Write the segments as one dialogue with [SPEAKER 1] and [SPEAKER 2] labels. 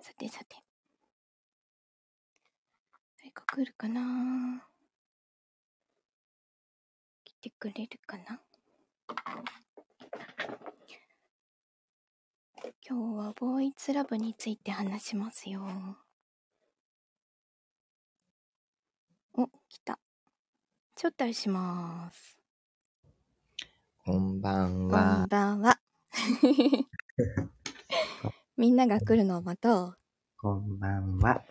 [SPEAKER 1] さてさて。誰か来るかな来てくれるかな今日はボーイズラブについて話しますよ。お、来た。招待します。
[SPEAKER 2] こんばん
[SPEAKER 1] こん
[SPEAKER 2] は。
[SPEAKER 1] ばん は。 みんなが来るのを待とう。
[SPEAKER 2] こんばんは。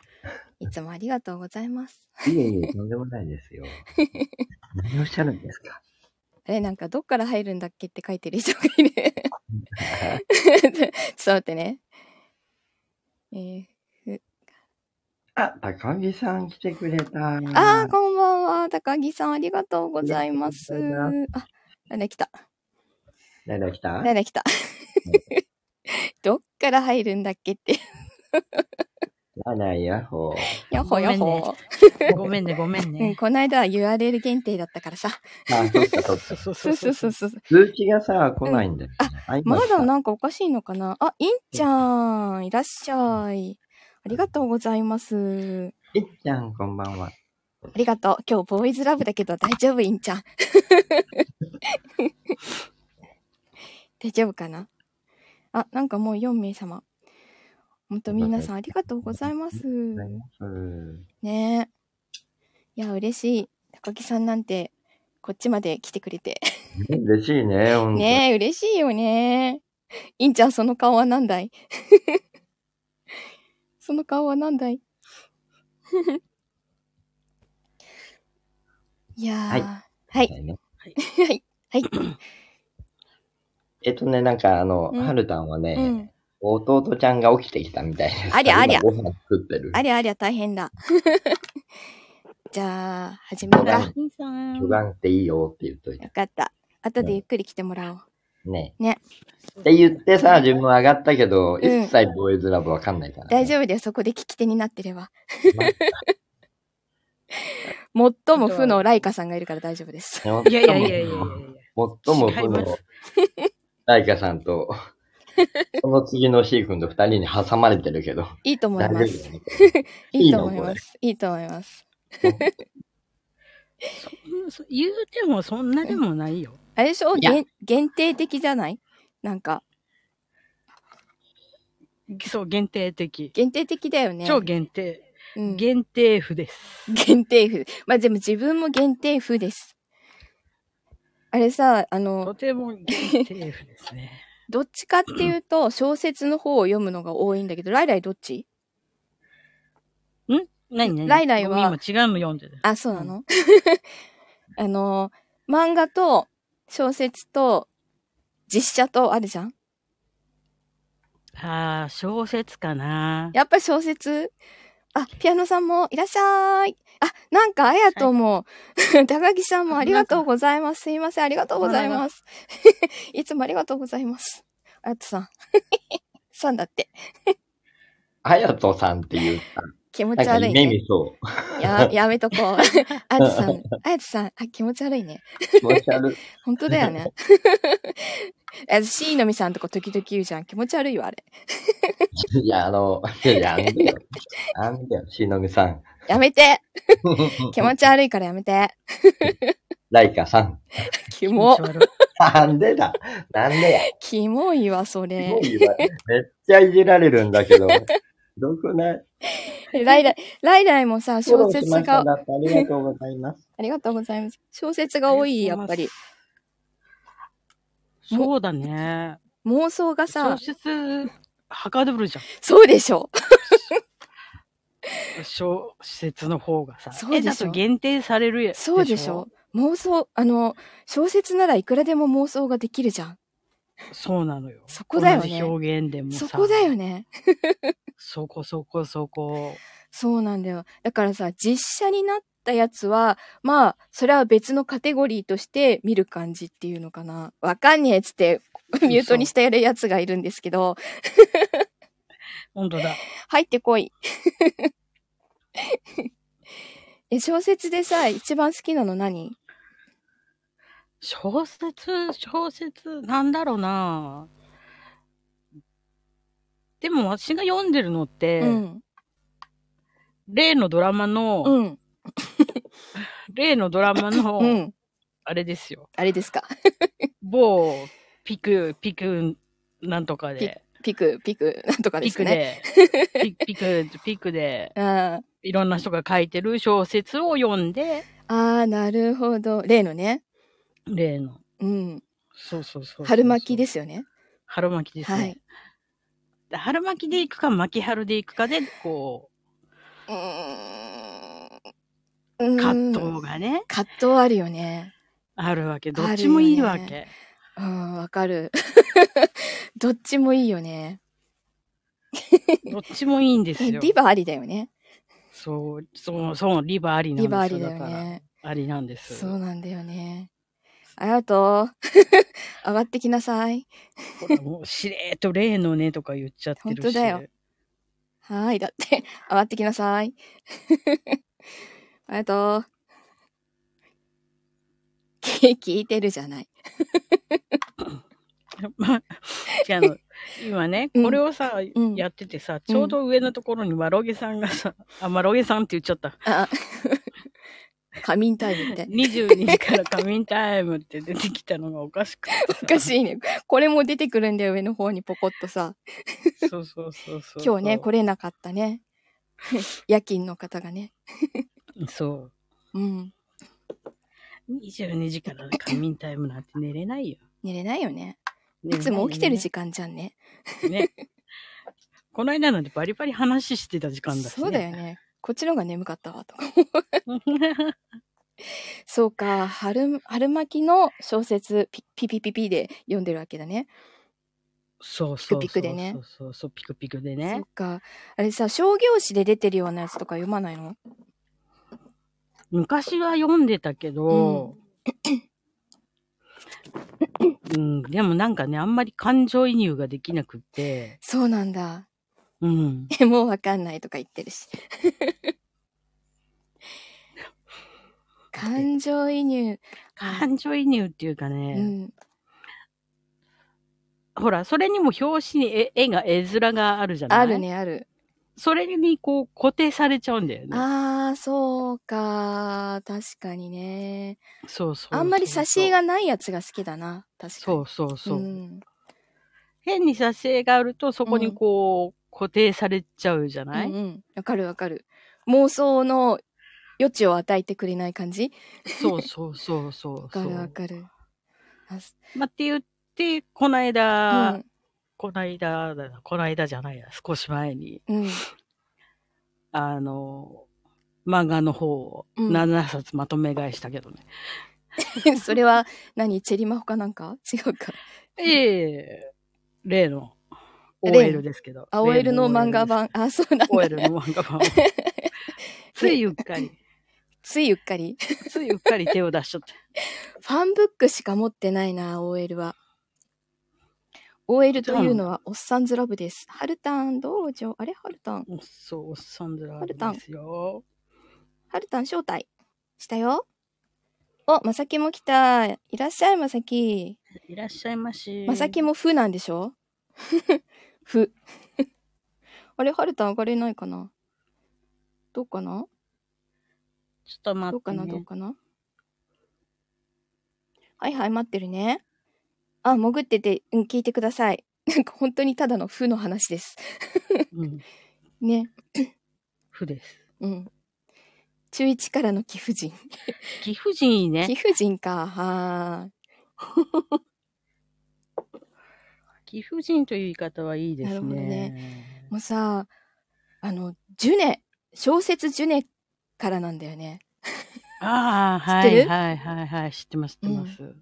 [SPEAKER 1] いつもありがとうございます。
[SPEAKER 2] いえ いえ、とんでもないですよ。何をおっしゃるんです か
[SPEAKER 1] え、なんかどっから入るんだっけって書いてる人がいる。 ちょっと待ってね。えー
[SPEAKER 2] あ、高木さん来てくれた。
[SPEAKER 1] ああ、こんばんは。高木さん、ありがとうございます
[SPEAKER 2] ありがとうござい。
[SPEAKER 1] あ、誰来た。
[SPEAKER 2] 誰来た
[SPEAKER 1] 誰来た。 どっから入るんだっけ って。
[SPEAKER 2] ライヤホー。
[SPEAKER 1] やっほやっ
[SPEAKER 3] ごめん
[SPEAKER 1] ほ。
[SPEAKER 3] ごめんね、ごめん
[SPEAKER 1] うん、
[SPEAKER 3] ね。
[SPEAKER 1] この間は URL 限定だったからさ。
[SPEAKER 2] あ、そっかそっ
[SPEAKER 3] そ
[SPEAKER 2] か
[SPEAKER 3] う。そ う
[SPEAKER 1] そうそうそうそう。
[SPEAKER 2] 通知がさ、来ないんだよね。あ、今
[SPEAKER 1] ま
[SPEAKER 2] 来た
[SPEAKER 1] だなんかおかしいのかなあ、いんちゃん、いらっしゃい。ありがとうございます。
[SPEAKER 2] いっちゃん、こんばんは。
[SPEAKER 1] ありがとう。今日ボーイズラブだけど大丈夫、いんちゃん。大丈夫かなあ、なんかもう4名様。ほんと皆さんありがとうございます。
[SPEAKER 2] ございます
[SPEAKER 1] ねえ。いや、嬉しい。高木さんなんて、こっちまで来てくれて。
[SPEAKER 2] 嬉しいね、ほんと。
[SPEAKER 1] ねえ、嬉しいよね。いんちゃん、その顔はなんだい その顔はなんだい いやー、
[SPEAKER 2] はい
[SPEAKER 1] はい。
[SPEAKER 2] ね
[SPEAKER 1] はい。はい。
[SPEAKER 2] えっとね、なんかあの、
[SPEAKER 1] うん
[SPEAKER 2] はるたんは
[SPEAKER 1] う
[SPEAKER 2] ね、
[SPEAKER 1] ん。
[SPEAKER 2] 弟ちゃんが起きてきたみたいです。
[SPEAKER 1] ありゃありゃ
[SPEAKER 2] 今ご飯作ってる。
[SPEAKER 1] ありゃありゃ大変だ。 じゃあ、始めよう
[SPEAKER 2] は
[SPEAKER 1] か。
[SPEAKER 2] い
[SPEAKER 1] よ
[SPEAKER 3] 金さん
[SPEAKER 2] 巨岩っていいよって言っといて。
[SPEAKER 1] かった。後でゆっくり来てもらおう。
[SPEAKER 2] ね
[SPEAKER 1] ね。
[SPEAKER 2] って言ってさ、自分は上がったけど、
[SPEAKER 1] ん
[SPEAKER 2] 一切ボーイズラブわかんないから、
[SPEAKER 1] 大
[SPEAKER 2] 夫。
[SPEAKER 1] 丈夫だよ、そこで聞き手になってれば。
[SPEAKER 2] ま
[SPEAKER 1] 最も負のライカさんがいるから大丈夫です。
[SPEAKER 3] いやいやいやいやいや。
[SPEAKER 2] 最も負
[SPEAKER 3] 違いま
[SPEAKER 2] の、ライカさんと、その次のシー君と二人に挟まれてるけど、
[SPEAKER 1] いいと思い
[SPEAKER 2] 大丈
[SPEAKER 1] ま
[SPEAKER 2] 夫
[SPEAKER 1] す。
[SPEAKER 2] い
[SPEAKER 1] いい
[SPEAKER 2] い
[SPEAKER 1] と
[SPEAKER 2] の
[SPEAKER 1] 思います。いいと思います。
[SPEAKER 3] そ言うてもそんなでもないよ。
[SPEAKER 1] あれでしょ
[SPEAKER 2] いや
[SPEAKER 1] 限限定的じゃないなんか、
[SPEAKER 3] そう、限定的。
[SPEAKER 1] 限定的だよね。
[SPEAKER 3] 超限定。
[SPEAKER 1] うん
[SPEAKER 3] 限定譜です。
[SPEAKER 1] 限定風。まあ、でも自分も限定風です。あれさ、あ
[SPEAKER 3] と
[SPEAKER 1] の、
[SPEAKER 3] ても限定譜ですね。
[SPEAKER 1] どっちかっていうと、 小説の方を読むのが多いんだけど、ライライどっち
[SPEAKER 3] 何何
[SPEAKER 1] ライライは
[SPEAKER 3] 今違うの読んでる。
[SPEAKER 1] あ、そうなの、 あの、漫画と小説と実写とあるじゃん
[SPEAKER 3] ああ、小説かな。
[SPEAKER 1] やっぱり小説あ、ピアノさんもいらっしゃい。あ、なんか、あやとも、 高木さんもありがとうございます。すいません、ありがとうございます。 いつもありがとうございます。あやとさん。 さんだって。
[SPEAKER 2] あやとさんって言っ
[SPEAKER 1] 気持
[SPEAKER 2] た。
[SPEAKER 1] ち
[SPEAKER 2] なん
[SPEAKER 1] 悪
[SPEAKER 2] か
[SPEAKER 1] い
[SPEAKER 2] 夢
[SPEAKER 1] ね。
[SPEAKER 2] 見そ
[SPEAKER 1] や、やめとこう。あやとさん、あやとさん、あ、気持ち悪いね。
[SPEAKER 2] う。気持ち悪い。
[SPEAKER 1] 本当だよね。あしいのみさんとか時々言うじゃん。気持ち悪いわ、あれ。
[SPEAKER 2] いや、あの、いやいや、あんだよ。あんだよ、しのみさん。
[SPEAKER 1] やめて気持ち悪いからやめて。
[SPEAKER 2] ライカさん。
[SPEAKER 1] キ
[SPEAKER 3] 気持
[SPEAKER 1] モ
[SPEAKER 3] ち。悪い
[SPEAKER 2] なんでだなんでや。
[SPEAKER 1] キモいわ、そ
[SPEAKER 2] す
[SPEAKER 1] れ
[SPEAKER 2] ご。いわめっちゃいじられるんだけど。ひどくない
[SPEAKER 1] ライライ、ライライもさ、
[SPEAKER 2] フォロ
[SPEAKER 1] 小
[SPEAKER 2] ーし
[SPEAKER 1] 説
[SPEAKER 2] ました
[SPEAKER 1] が、
[SPEAKER 2] だってありがとうございます。
[SPEAKER 1] ありがとうございます。小説が多い、やっぱり。。
[SPEAKER 3] そうだね。
[SPEAKER 1] 妄想が
[SPEAKER 3] 小
[SPEAKER 1] さ、
[SPEAKER 3] 説、はかどるじゃん。
[SPEAKER 1] そうでしょ。
[SPEAKER 3] 小説の方がさ。
[SPEAKER 1] そうでしょ
[SPEAKER 3] えだと限定されるや
[SPEAKER 1] そうでしょ。妄想、あの、小説ならいくらでも妄想ができるじゃん。
[SPEAKER 3] そうなのよ。
[SPEAKER 1] そこだよね
[SPEAKER 3] 同じ表現でもさ。
[SPEAKER 1] そこだよね。
[SPEAKER 3] そこそこそこ。
[SPEAKER 1] そうなんだよ。だからさ、実写になったやつは、まあ、それは別のカテゴリーとして見る感じっていうのかな。わかんねえっつって、ミュートにしてやるやつがいるんですけど、
[SPEAKER 3] 本当だ。
[SPEAKER 1] 入ってこい。 え、小説でさ、一番好きなの何
[SPEAKER 3] 小説、小説、なんだろうなでも私が読んでるのって、
[SPEAKER 1] うん。
[SPEAKER 3] 例のドラマの、
[SPEAKER 1] うん。
[SPEAKER 3] 例のドラマの、
[SPEAKER 1] うん。
[SPEAKER 3] あれですよ。
[SPEAKER 1] あれですか。
[SPEAKER 3] 某、ピク、ピク、なんとかで、
[SPEAKER 1] ピク、ピク、なんとかで
[SPEAKER 3] ピ
[SPEAKER 1] す
[SPEAKER 3] ク
[SPEAKER 1] ね。
[SPEAKER 3] で、ピピク、ピクで、
[SPEAKER 1] あー
[SPEAKER 3] いろんな人が書いてる小説を読んで、
[SPEAKER 1] あー、なるほど。例のね。
[SPEAKER 3] 例の、
[SPEAKER 1] うん。
[SPEAKER 3] そうそうそうそう。
[SPEAKER 1] 春巻きですすよね。
[SPEAKER 3] 春巻きですね。
[SPEAKER 1] はい
[SPEAKER 3] で春巻きで行くか、巻き春で行くかで、こ
[SPEAKER 1] うー
[SPEAKER 3] う、
[SPEAKER 1] ん。
[SPEAKER 3] 葛藤がね、
[SPEAKER 1] 葛藤あるよね。
[SPEAKER 3] あるわけ。ど
[SPEAKER 1] あるよね
[SPEAKER 3] っちもいい わけ。
[SPEAKER 1] うん、わかる。 どっちもいいよね。
[SPEAKER 3] どっちもいいんです
[SPEAKER 1] え
[SPEAKER 3] よ。
[SPEAKER 1] リバありだよね。
[SPEAKER 3] そう、そう、そう、リバありなんです
[SPEAKER 1] リ
[SPEAKER 3] よ。
[SPEAKER 1] バありだよ
[SPEAKER 3] だから
[SPEAKER 1] ね。
[SPEAKER 3] ありなんです。
[SPEAKER 1] そうなんだよね。あやと、 上がってきなさい。
[SPEAKER 3] ほらもうしれーっと例のねとか言っちゃってるし。
[SPEAKER 1] 本当だよ。はーい、だって、上がってきなさい。 あやと、き聞いてるじゃない。
[SPEAKER 3] まあ、違うの。今ね、
[SPEAKER 1] うん
[SPEAKER 3] これをさ、
[SPEAKER 1] うん
[SPEAKER 3] やっててさ、ちょうど上のところにマロゲさんがさ、あ、マロゲさんって言っちゃった。
[SPEAKER 1] あ、 仮眠タイムって。
[SPEAKER 3] 22時から仮眠タイムって出てきたのがおかしくてさ。
[SPEAKER 1] おかし
[SPEAKER 3] い。
[SPEAKER 1] いね。これも出てくるんだよ、上の方にポコッとさ。
[SPEAKER 3] そうそうそうそう。
[SPEAKER 1] 今日ね、来れなかったね。 夜勤の方がね。
[SPEAKER 3] れ。そ
[SPEAKER 1] う
[SPEAKER 3] う。
[SPEAKER 1] ん。
[SPEAKER 3] 22時から仮眠タイムなんて寝れないよ。
[SPEAKER 1] 寝れないよね。
[SPEAKER 3] 寝
[SPEAKER 1] い
[SPEAKER 3] れない
[SPEAKER 1] つ
[SPEAKER 3] よね
[SPEAKER 1] も起きてる時間じゃんね。
[SPEAKER 3] ね。この間なんてバリバリ話してた時間だし、ね。
[SPEAKER 1] そうだよ。ね。こっちの方が眠かったわ、とか。
[SPEAKER 3] う
[SPEAKER 1] そうか、春、春巻きの小説、ピピピピピで読んでるわけだね。
[SPEAKER 3] そうそうそう。
[SPEAKER 1] ピクピクでね
[SPEAKER 3] そうそうそう、ピクピクで
[SPEAKER 1] そ
[SPEAKER 3] ね
[SPEAKER 1] う。か。あれさ、商業誌で出てるようなやつとか読まないの
[SPEAKER 3] 昔は読んでたけど、うん、でもなんかね、あんまり感情移入ができなくて、
[SPEAKER 1] そうなんだ。
[SPEAKER 3] うん。
[SPEAKER 1] えもうわかんないとか言って るし。感情移入。
[SPEAKER 3] 感情移入っていうか
[SPEAKER 1] う
[SPEAKER 3] ね、
[SPEAKER 1] ん。
[SPEAKER 3] ほら、それにも表紙に絵絵が、絵面があるじゃない
[SPEAKER 1] ある。ね、ある。
[SPEAKER 3] それにこう固定されちゃうんだよね。
[SPEAKER 1] あー、そうか。確かにね。
[SPEAKER 3] そうそうそう。
[SPEAKER 1] あんまり挿絵がないやつが好きだな。確かに。
[SPEAKER 3] そうそうそう。
[SPEAKER 1] うん。
[SPEAKER 3] 変に挿絵があると、そこにこう、固定されちゃうじゃない、
[SPEAKER 1] うんうん。わかるわかる。妄想の余地を与えてくれない感じ
[SPEAKER 3] そうそうそうそ
[SPEAKER 1] わ
[SPEAKER 3] うそう。
[SPEAKER 1] かるわかる。あす
[SPEAKER 3] まあ、って言って、この
[SPEAKER 1] う
[SPEAKER 3] 間、
[SPEAKER 1] ん。
[SPEAKER 3] こないだだな、こないだじゃないや、少し前に、
[SPEAKER 1] うん。
[SPEAKER 3] あの、漫画の方を
[SPEAKER 1] うん
[SPEAKER 3] 7冊まとめ買いしたけどね。
[SPEAKER 1] それは何チェリマホかなんか違うか。
[SPEAKER 3] ええ例の
[SPEAKER 1] 例の
[SPEAKER 3] OL ですけど。
[SPEAKER 1] あ、OL の漫画版。あ、そうなんだ。
[SPEAKER 3] OL の 漫画版を。ついうっかり、
[SPEAKER 1] ついうっかり。
[SPEAKER 3] ついうっかり手を出しちゃって。
[SPEAKER 1] ファンブックしか持ってないな、OL は。OL というのは、おっさんずラブです。ハルタン道場。あれハルタン。
[SPEAKER 3] そう、おっさんずらあるんですよ。
[SPEAKER 1] ハルタン招待。したよ。お、まさきも来た。いらっしゃい、まさき。
[SPEAKER 3] いらっしゃいまし。
[SPEAKER 1] まさきもふなんでしょ ふ。 あれ、ハルタン上がれないかなどうかな
[SPEAKER 3] ちょっと待
[SPEAKER 1] ど
[SPEAKER 3] っ
[SPEAKER 1] う
[SPEAKER 3] て、
[SPEAKER 1] か
[SPEAKER 3] ね。
[SPEAKER 1] などうかなはいはい待ってるね。あ潜ってて、うん、聞いてください。 なんか本当にただの負の話です。
[SPEAKER 3] うん。
[SPEAKER 1] ね。
[SPEAKER 3] ふです。
[SPEAKER 1] うん。中1からの貴婦人。
[SPEAKER 3] 貴婦人いいね
[SPEAKER 1] 貴。婦人か。はーい
[SPEAKER 3] 貴婦人という言い方はいいで
[SPEAKER 1] な
[SPEAKER 3] すね。
[SPEAKER 1] るほどねもうさ、あの、ジュネ、小説ジュネからなんだよね。
[SPEAKER 3] ああ、は
[SPEAKER 1] 知って
[SPEAKER 3] い
[SPEAKER 1] る
[SPEAKER 3] はいはいはい、知ってます、知ってます。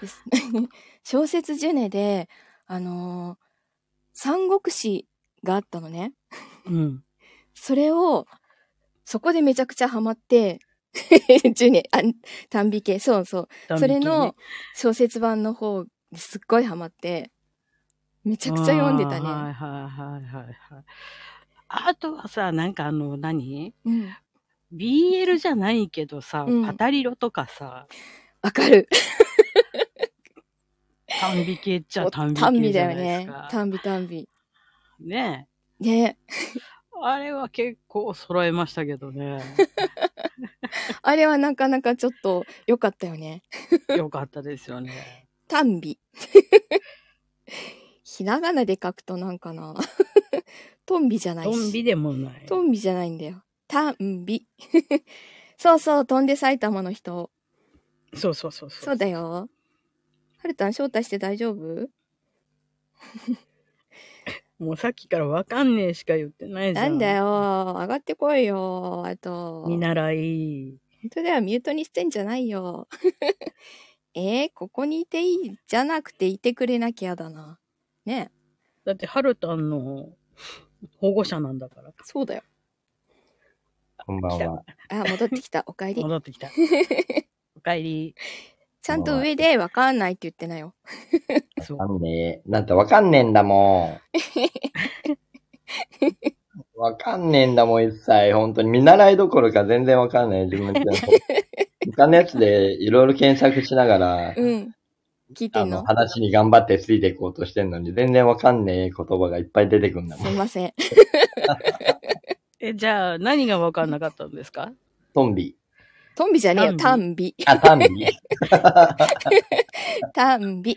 [SPEAKER 1] です。 小説ジュネで、あのー三国志があったのね。
[SPEAKER 3] うん。
[SPEAKER 1] それを、そこでめちゃくちゃハマって、 ジュネ、あ、短美系、そうそう。それの小説版の方、すっごいハマって、めちゃ
[SPEAKER 3] 断
[SPEAKER 1] く
[SPEAKER 3] 片
[SPEAKER 1] ちゃ
[SPEAKER 3] ね、
[SPEAKER 1] 読んでた
[SPEAKER 3] あーは
[SPEAKER 1] ね。
[SPEAKER 3] いはいはいはいはい。あとはさ、なんかあの、何
[SPEAKER 1] うん。
[SPEAKER 3] ?BL じゃないけどさ、
[SPEAKER 1] うん
[SPEAKER 3] パタリロとかさ、
[SPEAKER 1] わかる。
[SPEAKER 3] 短美系っちゃ短美
[SPEAKER 1] 短
[SPEAKER 3] 系
[SPEAKER 1] 美
[SPEAKER 3] じ
[SPEAKER 1] だ
[SPEAKER 3] ゃ
[SPEAKER 1] よ
[SPEAKER 3] ないです
[SPEAKER 1] ね
[SPEAKER 3] か。。
[SPEAKER 1] 短美短美。
[SPEAKER 3] ね。
[SPEAKER 1] ね
[SPEAKER 3] あれは結構揃えましたけ どね。
[SPEAKER 1] あれはなかなかちょっと良かったよね。
[SPEAKER 3] よかったですよね。
[SPEAKER 1] 単美。 ひらがなで書くとなんかな。 トンビじゃないし。
[SPEAKER 3] トンビでもない。
[SPEAKER 1] トンビじゃないんだよ。タンビ。 そうそう、飛んで埼玉の人。
[SPEAKER 3] そうそうそうそう。
[SPEAKER 1] そうだよ。はるたん招待して大丈夫
[SPEAKER 3] もうさっきからわかんねえしか言ってないじゃ。
[SPEAKER 1] なんんだ。よ。上がってこいよ。あと。
[SPEAKER 3] 見習い。
[SPEAKER 1] 本当だよ、ミュートにしてんじゃないよ。 えー、ここにいていいじゃなくていてくれなきゃだな。ねえ
[SPEAKER 3] だって、ハルタンの保護者なんだから。
[SPEAKER 1] そうだよ。
[SPEAKER 2] こんばんは。
[SPEAKER 1] あ、戻ってきた。お 帰り。
[SPEAKER 3] 戻ってきた。おかえり。
[SPEAKER 1] ちゃんと上でわかんないって言ってなよ。
[SPEAKER 3] そう
[SPEAKER 2] わ。かんねえ。なんてわかんねえんだ もん。わかんねえんだもん、一切。本当に見習いどころか全然わかんない。自分で。他のやつでいろいろ検索しながら、
[SPEAKER 1] うん。聞いて
[SPEAKER 2] あ
[SPEAKER 1] んの
[SPEAKER 2] の、話に頑張ってついていこうとしてんのに、全然わかんねえ言葉がいっぱい出てくんだも
[SPEAKER 1] す
[SPEAKER 2] ん。
[SPEAKER 1] いません。
[SPEAKER 3] え、じゃあ、何がわかんなかったんですか
[SPEAKER 2] トンビ。
[SPEAKER 1] トンビじゃねえよ。タ
[SPEAKER 3] タ
[SPEAKER 1] ンビ。
[SPEAKER 2] あ、タンビ
[SPEAKER 1] タンビ。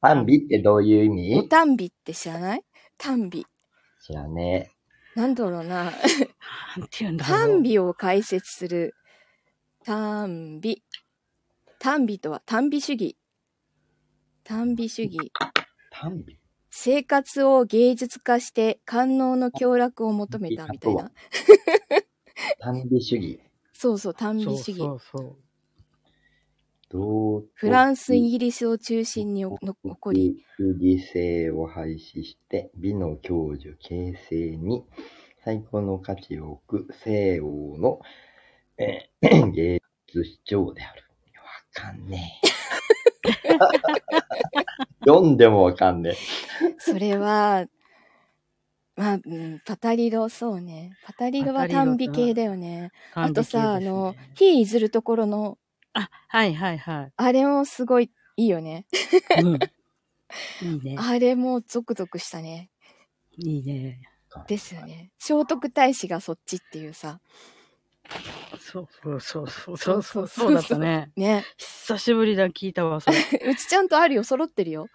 [SPEAKER 2] タンビってどういう意味
[SPEAKER 1] タンビって知らないタンビ。
[SPEAKER 2] 知らね
[SPEAKER 1] なんだろうな。
[SPEAKER 3] なんて言うんだ
[SPEAKER 1] タ
[SPEAKER 3] ろ
[SPEAKER 1] ン
[SPEAKER 3] う。
[SPEAKER 1] ビを解説する。タンビ。タンビとは、タンビ主義。タンビ主義。
[SPEAKER 2] え。タンビ
[SPEAKER 1] 生活を芸術化して官能の享楽を求めたみたいな。
[SPEAKER 2] タンビ主義。
[SPEAKER 1] そうそう、単美
[SPEAKER 3] そう
[SPEAKER 1] 主義。
[SPEAKER 3] そうそう。
[SPEAKER 2] どう
[SPEAKER 1] フランス、イギリスを中心におの起こり、
[SPEAKER 2] 理性を廃止して美の享受形成に最高の価値を置く西欧の、えー芸術主張である。わかんねえ。読んでもわかんねえ。
[SPEAKER 1] それは、まあ、うんパタリロ、そうね。パタリロは
[SPEAKER 3] パタリロ
[SPEAKER 1] 単美系だよね。あ
[SPEAKER 3] 完
[SPEAKER 1] と
[SPEAKER 3] 璧
[SPEAKER 1] さ、あ
[SPEAKER 3] ですね
[SPEAKER 1] の、火譲るところの、
[SPEAKER 3] あ、はいはいは
[SPEAKER 1] あれもすごいいいよね。
[SPEAKER 3] い。うん。いいね。
[SPEAKER 1] あれもゾクゾクしたね。
[SPEAKER 3] いいね。
[SPEAKER 1] ですよね。聖徳太子がそっちっていうさ、
[SPEAKER 3] そうそうそうそうそうそう
[SPEAKER 1] そうそうそう
[SPEAKER 3] そうだったね。
[SPEAKER 1] ね。
[SPEAKER 3] 久しぶりだ、聞いたわ、それ。
[SPEAKER 1] うちちゃんとあるよ、揃ってるよ。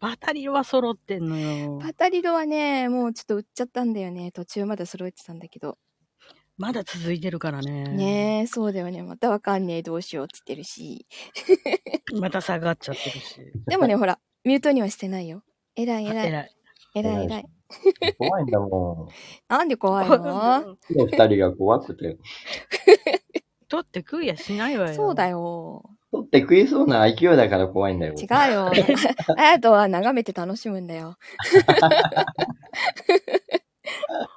[SPEAKER 3] バタリロは揃ってんのよ。
[SPEAKER 1] パタリロはね、もうちょっと売っちゃったんだよね。途中まで揃えてたんだけど。
[SPEAKER 3] まだ続いてるからね。
[SPEAKER 1] ねえ、そうだよね。またわかんねえ、どうしようって言ってるし。
[SPEAKER 3] また下がっちゃってるし。
[SPEAKER 1] でもね、ほら、ミュートにはしてないよ。えらいえら
[SPEAKER 3] え
[SPEAKER 1] い。
[SPEAKER 3] らい。
[SPEAKER 1] えらいえら
[SPEAKER 2] 偉
[SPEAKER 1] い
[SPEAKER 2] い。怖いんだも
[SPEAKER 1] なんで怖いの
[SPEAKER 2] ん。の二人が怖くて。
[SPEAKER 3] 取って食いやしないわよ。
[SPEAKER 1] そうだ
[SPEAKER 3] よ。
[SPEAKER 1] よ。
[SPEAKER 2] 取って食いそうな勢いだから怖いんだよ。
[SPEAKER 1] 違うよ。 あやとは眺めて楽しむんだよ。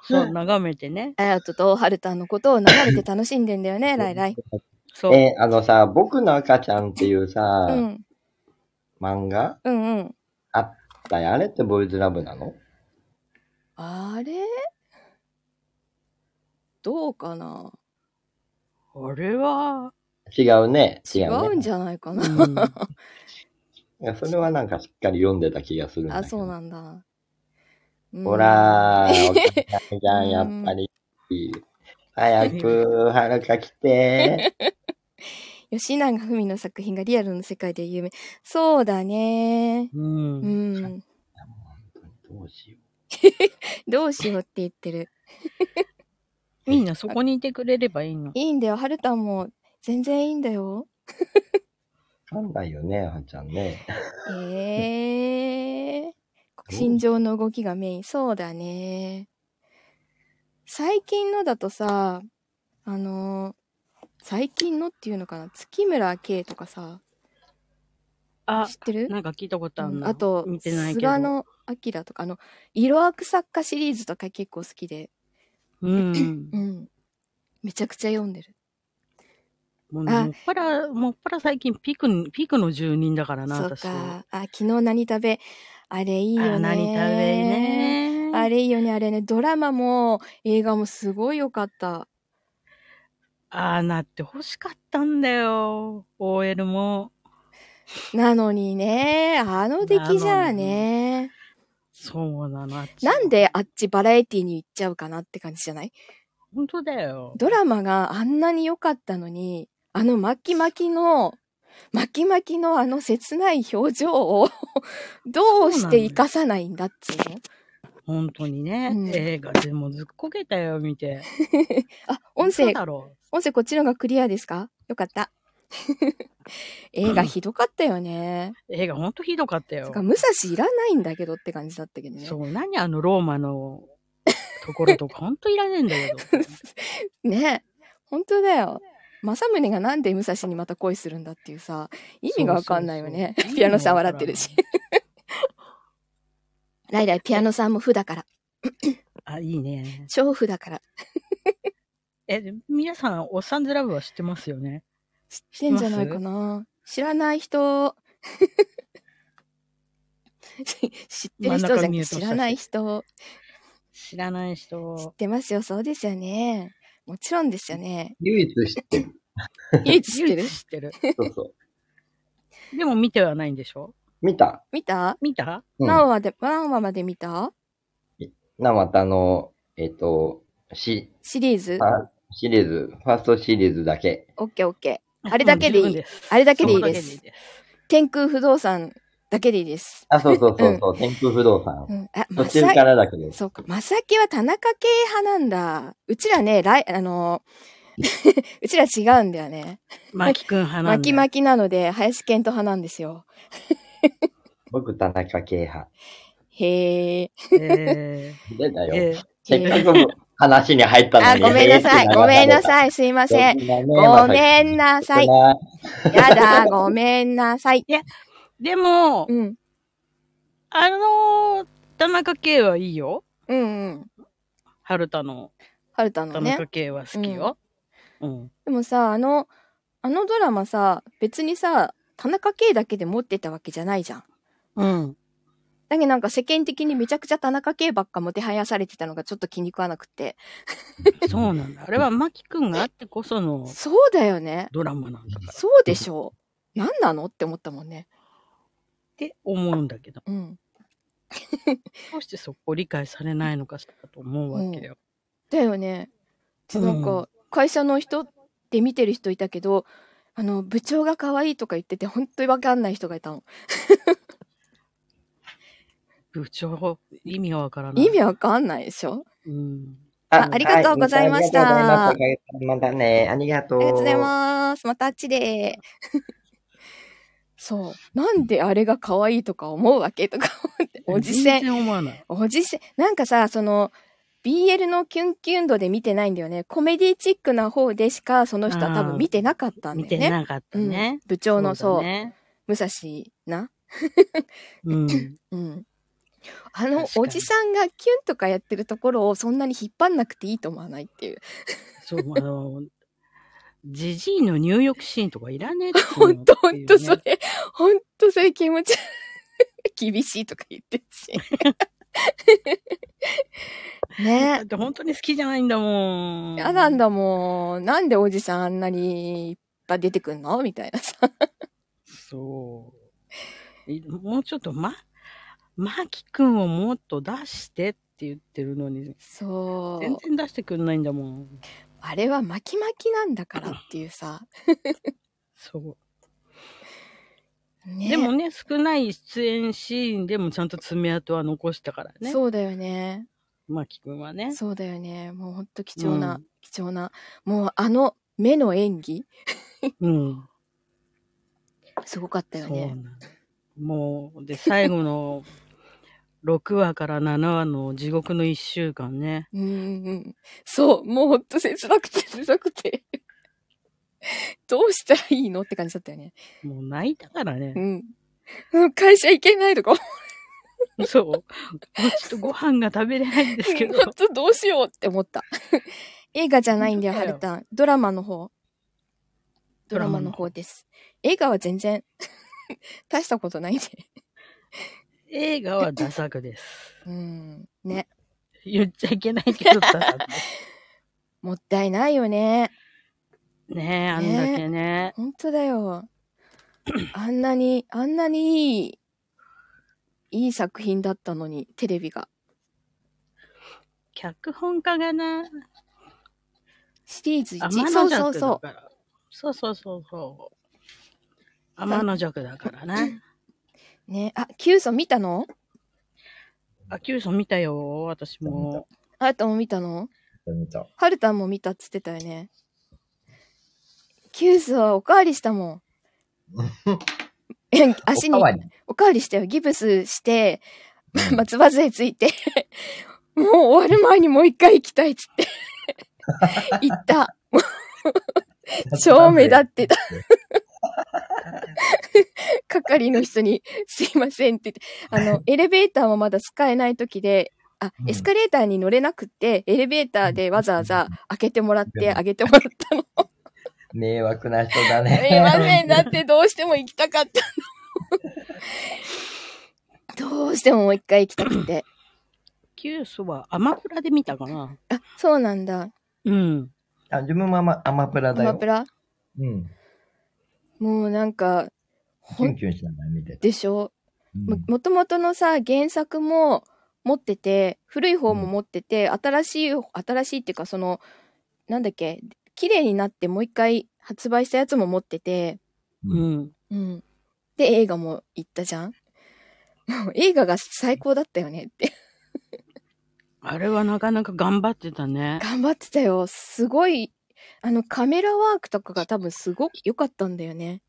[SPEAKER 3] そう、眺めてね。
[SPEAKER 1] あやととはるたんのことを眺めて楽しんでんだよね、ライライ。
[SPEAKER 3] そう。
[SPEAKER 2] えーあのさ、僕の赤ちゃんっていうさ、
[SPEAKER 1] うん。
[SPEAKER 2] 漫画
[SPEAKER 1] うんうん。
[SPEAKER 2] あったよ。あれってボーイズラブなの
[SPEAKER 1] あれどうかな
[SPEAKER 3] あ れは、
[SPEAKER 2] 違うね。違う、
[SPEAKER 1] 違
[SPEAKER 2] ね。
[SPEAKER 1] うんじゃないか
[SPEAKER 3] う
[SPEAKER 1] な。
[SPEAKER 3] ん、
[SPEAKER 2] いや、それはなんかしっかり読んでた気がするんだ
[SPEAKER 1] あ、
[SPEAKER 2] けど。
[SPEAKER 1] そうなんだ。うん
[SPEAKER 2] ほらー、お母さんじゃん、やっぱり。早く、はるか来て。
[SPEAKER 1] 吉永文の作品がリアルの世界で有名。そうだね。
[SPEAKER 3] う。
[SPEAKER 1] うんん。
[SPEAKER 2] どうしよ
[SPEAKER 1] どうしようって言ってる。
[SPEAKER 3] みんなそこにいてくれればいいの。
[SPEAKER 1] いいんだよ。はるたんも全然いいんだよ。
[SPEAKER 2] う。わかんないよね、はるちゃんね。。
[SPEAKER 1] ええ心情の動きがメイン。そうだね。最近のだとさ、あの最近のっていうのかな月村圭とかさ、
[SPEAKER 3] あ
[SPEAKER 1] 知、ってる
[SPEAKER 3] なんか聞いたことある
[SPEAKER 1] うん
[SPEAKER 3] の。
[SPEAKER 1] あと、
[SPEAKER 3] 見てないけど。
[SPEAKER 1] 菅野明とか、あの、色悪作家シリーズとか結構好きで、
[SPEAKER 3] うん。
[SPEAKER 1] うん。めちゃくちゃ読んでる。
[SPEAKER 3] もうね
[SPEAKER 1] あ
[SPEAKER 3] もっぱら、もっぱら最近ピクン、ピクの住人だからな、
[SPEAKER 1] そう
[SPEAKER 3] 私。
[SPEAKER 1] か。あ、昨日何食べ。あれいいよね。
[SPEAKER 3] あ、何食べね。
[SPEAKER 1] あれいいよね、あれね。ドラマも映画もすごい良かった。
[SPEAKER 3] ああなって欲しかったんだよ。OL も。
[SPEAKER 1] なのにね、あの出来じゃあね。
[SPEAKER 3] そうなの。
[SPEAKER 1] なんであっちバラエティに行っちゃうかなって感じじゃない
[SPEAKER 3] 本当だよ。
[SPEAKER 1] ドラマがあんなに良かったのに、あの巻き巻きの、巻き巻きのあの切ない表情 をどうして生かさないんだっつうの
[SPEAKER 3] 本当にね、
[SPEAKER 1] うん
[SPEAKER 3] 映画でもずっこけたよ、見て。
[SPEAKER 1] あ、音
[SPEAKER 3] 嘘
[SPEAKER 1] 声、
[SPEAKER 3] だろ
[SPEAKER 1] 音声こっちのがクリアですかよか った。映画ひどかったよね。
[SPEAKER 3] 映画本当ひどかったよ
[SPEAKER 1] つ。か武蔵いらないんだけどって感じだったけどね。
[SPEAKER 3] そう、何あのローマのところとか本当いらねえんだけど。
[SPEAKER 1] ね本当だよ。政宗がなんで武蔵にまた恋するんだっていうさ、 意味がわかんないよね
[SPEAKER 3] そうそうそ。う
[SPEAKER 1] ピアノさん笑ってるし。ライライピアノさんも負だから。
[SPEAKER 3] あ、いいね。
[SPEAKER 1] 超負だから。
[SPEAKER 3] え、皆さん、おっさんずラブは知ってますよね
[SPEAKER 1] 知ってんじゃないかな。知らない人。 知ってる人じゃな
[SPEAKER 3] 真ん中見え
[SPEAKER 1] く
[SPEAKER 3] て
[SPEAKER 1] て
[SPEAKER 3] ました
[SPEAKER 1] 知らない人。
[SPEAKER 3] 知らない
[SPEAKER 1] 知っ
[SPEAKER 3] 人。
[SPEAKER 1] てますよ。そうですよね。もちろんですよね
[SPEAKER 2] 唯一知ってる。
[SPEAKER 1] 唯一知 ってる
[SPEAKER 3] 唯一知ってる。
[SPEAKER 2] そうそう。
[SPEAKER 3] でも見てはないんでしょ
[SPEAKER 2] 見た。
[SPEAKER 1] 見た
[SPEAKER 3] 見た
[SPEAKER 2] うん、
[SPEAKER 1] 何話で、何話まで見た
[SPEAKER 2] なまたの、えっ、と、し、
[SPEAKER 1] シリーズ
[SPEAKER 2] あシリーズ、ファーストシリーズだけ。
[SPEAKER 1] オッケーオッケー。あれだけでいい
[SPEAKER 3] うん十分す
[SPEAKER 1] あれだけでいい
[SPEAKER 3] それ
[SPEAKER 1] です天空不動産だけでいいです。
[SPEAKER 2] あ、そうそうそうそう、天空不動産。
[SPEAKER 1] うん。あ、
[SPEAKER 2] 途
[SPEAKER 1] ま
[SPEAKER 2] 中
[SPEAKER 1] さ
[SPEAKER 2] からだけど。
[SPEAKER 1] そうか。まさきは田中系派なんだ。うちらね、来、あの、 うちら違うんだよね。
[SPEAKER 3] マキ君派なん
[SPEAKER 1] 巻
[SPEAKER 3] だ
[SPEAKER 1] き巻きなので、林健人派なんですよ。
[SPEAKER 2] 僕、田中圭派。
[SPEAKER 1] へえ。
[SPEAKER 3] え
[SPEAKER 2] でだ
[SPEAKER 3] ー
[SPEAKER 2] よ。
[SPEAKER 3] えー
[SPEAKER 2] せっかく話に入ったの
[SPEAKER 1] あ、
[SPEAKER 2] に。。
[SPEAKER 1] ごめんなさい。ごめんない さい。すいません。ご
[SPEAKER 2] ご
[SPEAKER 1] めんなさい。やだ、ごめんなさい。
[SPEAKER 3] でも
[SPEAKER 1] う、ん。
[SPEAKER 3] あのー田中圭はいいよ。
[SPEAKER 1] うんうん。
[SPEAKER 3] 春田の
[SPEAKER 1] 春田の
[SPEAKER 3] 田
[SPEAKER 1] ね
[SPEAKER 3] 中。圭は好きよ。うん。
[SPEAKER 1] でもさ、あの、あのドラマさ、別にさ、田中圭だけで持ってたわけじゃないじゃん。
[SPEAKER 3] うん。
[SPEAKER 1] だけどなんか世間的にめちゃくちゃ田中圭ばっかもてはやされてたのがちょっと気に食わなくって。
[SPEAKER 3] そうなんだ。あれはマキ君があってこその
[SPEAKER 1] そうだよね。
[SPEAKER 3] ドラマなんだから。っ
[SPEAKER 1] そうでしょう。何なのって思ったもんね。
[SPEAKER 3] て思うんだけど。
[SPEAKER 1] うん。
[SPEAKER 3] どうしてそこを理解されないのかしらと思うわけよ。
[SPEAKER 1] だよね。でなん
[SPEAKER 3] う
[SPEAKER 1] か、会社の人って見てる人いたけど、あの、部長が可愛いとか言ってて、本当にわかんない人がいたの。
[SPEAKER 3] 部長、意味がわからない。
[SPEAKER 1] 意味わかんないでしょ
[SPEAKER 3] うん。
[SPEAKER 1] あありがとうございました
[SPEAKER 2] はいありがとうございましたまたね。ありがと
[SPEAKER 1] あ
[SPEAKER 2] う。
[SPEAKER 1] りがとうございます。またあっちで。 そう。なんであれが可愛いとか思うわけとか思って。おじせん
[SPEAKER 3] 全。然思わない。
[SPEAKER 1] おじせ、なんかさ、その、BL のキュンキュン度で見てないんだよね。コメディチックな方でしか、その人は多分見てなかったん
[SPEAKER 3] 見
[SPEAKER 1] だよ
[SPEAKER 3] て
[SPEAKER 1] ね。
[SPEAKER 3] なかった
[SPEAKER 1] うん
[SPEAKER 3] ね。
[SPEAKER 1] 部長の、そう,、
[SPEAKER 3] だね。
[SPEAKER 1] 武蔵な。
[SPEAKER 3] うん。
[SPEAKER 1] うん。あの
[SPEAKER 3] 確、か
[SPEAKER 1] お
[SPEAKER 3] に
[SPEAKER 1] じさんがキュンとかやってるところをそんなに引っ張んなくていいと思わないっていう。
[SPEAKER 3] そう、あの、ジジイの入浴シーンとかいらねえっていうの
[SPEAKER 1] 本
[SPEAKER 3] って
[SPEAKER 1] 当
[SPEAKER 3] い
[SPEAKER 1] 本
[SPEAKER 3] うね
[SPEAKER 1] 当それ、本当それ気持ち厳しい とか言ってる し。
[SPEAKER 3] だ
[SPEAKER 1] ね
[SPEAKER 3] って本当に好きじゃないんだもん。
[SPEAKER 1] 嫌なん。だもん。なんでおじさんあんなにいっぱい出てくんのみたいなさ。
[SPEAKER 3] そう。いもうちょっと、ま、マキ君をもっと出してって言ってるのに、
[SPEAKER 1] そ
[SPEAKER 3] 全
[SPEAKER 1] う。
[SPEAKER 3] 然出してくんないんだもん。
[SPEAKER 1] あれは巻き巻きなんだからっていうさ。
[SPEAKER 3] そう。
[SPEAKER 1] ね、
[SPEAKER 3] でもね、少ない出演シーンでもちゃんと爪痕は残したからね。
[SPEAKER 1] そうだよね。
[SPEAKER 3] マキ君はね。
[SPEAKER 1] そうだよね。もうほんと貴重な、
[SPEAKER 3] うん
[SPEAKER 1] 貴重な。もうあの目の演技、
[SPEAKER 3] うん。
[SPEAKER 1] すごかったよ
[SPEAKER 3] そうな
[SPEAKER 1] ね。
[SPEAKER 3] のもう、で、最後の6話から7話の地獄の1週間ね。
[SPEAKER 1] うんうんうん。そう。もうほんと切なくて切なくて。 どうしたらいいのって感じだったよね。
[SPEAKER 3] もう泣いたからね
[SPEAKER 1] う。ん。うん会社行けないとか、
[SPEAKER 3] そう。もうちょっとご飯が食べれないんです けど。
[SPEAKER 1] 本当どうしようって思った。 映画じゃないんだよ、
[SPEAKER 3] 本
[SPEAKER 1] ハ
[SPEAKER 3] 当だよ
[SPEAKER 1] ルタン。ドラマの方。
[SPEAKER 3] ド
[SPEAKER 1] ド
[SPEAKER 3] ラ
[SPEAKER 1] ラ
[SPEAKER 3] マ
[SPEAKER 1] マ
[SPEAKER 3] の
[SPEAKER 1] の
[SPEAKER 3] 方
[SPEAKER 1] 方です。映画は全然、 大したことないんで。
[SPEAKER 3] 映画はダサくです。
[SPEAKER 1] うん。ね。
[SPEAKER 3] 言っちゃいけないけど、ダサ くです。
[SPEAKER 1] もったいないよね。
[SPEAKER 3] ねえ、あんだけね。
[SPEAKER 1] ほんとだよ。あんなに、あんなにいいいい作品だったのに、テレビが。
[SPEAKER 3] 脚本家がな、
[SPEAKER 1] シリーズ1。
[SPEAKER 3] 天の
[SPEAKER 1] そう
[SPEAKER 3] 弱
[SPEAKER 1] そう
[SPEAKER 3] だ
[SPEAKER 1] そ
[SPEAKER 3] から。そうそうそうそう。天の弱だからね。
[SPEAKER 1] う。ね、あ、キュウソン見たの
[SPEAKER 3] あ、キュウソン見たよ、私も。
[SPEAKER 1] あなたも見たの
[SPEAKER 2] 見た。
[SPEAKER 1] ハルタンも見たっつってたよね。キュースはおかわりしたも ん。え足に
[SPEAKER 2] おかわり
[SPEAKER 1] おかわりしたよ。ギブスして、 松葉杖ついて、 もう終わる前にもう一回行きたいっつ って。行った。超目立ってた。係の人に、すいませんって言っ て、あの、エレベーターもまだ使えない時で、あ、
[SPEAKER 2] うん
[SPEAKER 1] エスカレーターに乗れなくって、エレベーターでわざわざ開けてもらって、あげてもらったの。
[SPEAKER 2] 迷惑な人だ
[SPEAKER 1] すいま
[SPEAKER 2] ね。
[SPEAKER 1] せん、だってどうしても行きたかった の。どうしてももう一回行きたくて。
[SPEAKER 3] キュウソンはアマプラで見たかな。
[SPEAKER 1] あ、そうなんだ。
[SPEAKER 3] うん。
[SPEAKER 2] あ、自分もアマアマプラ
[SPEAKER 1] ア
[SPEAKER 2] だよ。
[SPEAKER 1] マプラ
[SPEAKER 2] うん。
[SPEAKER 1] もうなんか、
[SPEAKER 2] キ
[SPEAKER 1] ほ
[SPEAKER 2] ュン
[SPEAKER 1] ん
[SPEAKER 2] キュンしながら見てた。
[SPEAKER 1] でしょ
[SPEAKER 2] うん
[SPEAKER 1] ももともとのさ、原作も持ってて、古い方も持ってて、新しい、新しいっていうか、その、なんだっけ、綺麗になってもう一回発売したやつも持ってて、
[SPEAKER 3] う
[SPEAKER 2] うん
[SPEAKER 3] ん。
[SPEAKER 1] うん。で、映画も行ったじゃんもう映画が最高だったよねって。
[SPEAKER 3] あれはなかなか頑張ってたね。
[SPEAKER 1] 頑張ってたよ。すごい、あの、カメラワークとかが多分すごく良かったんだよね。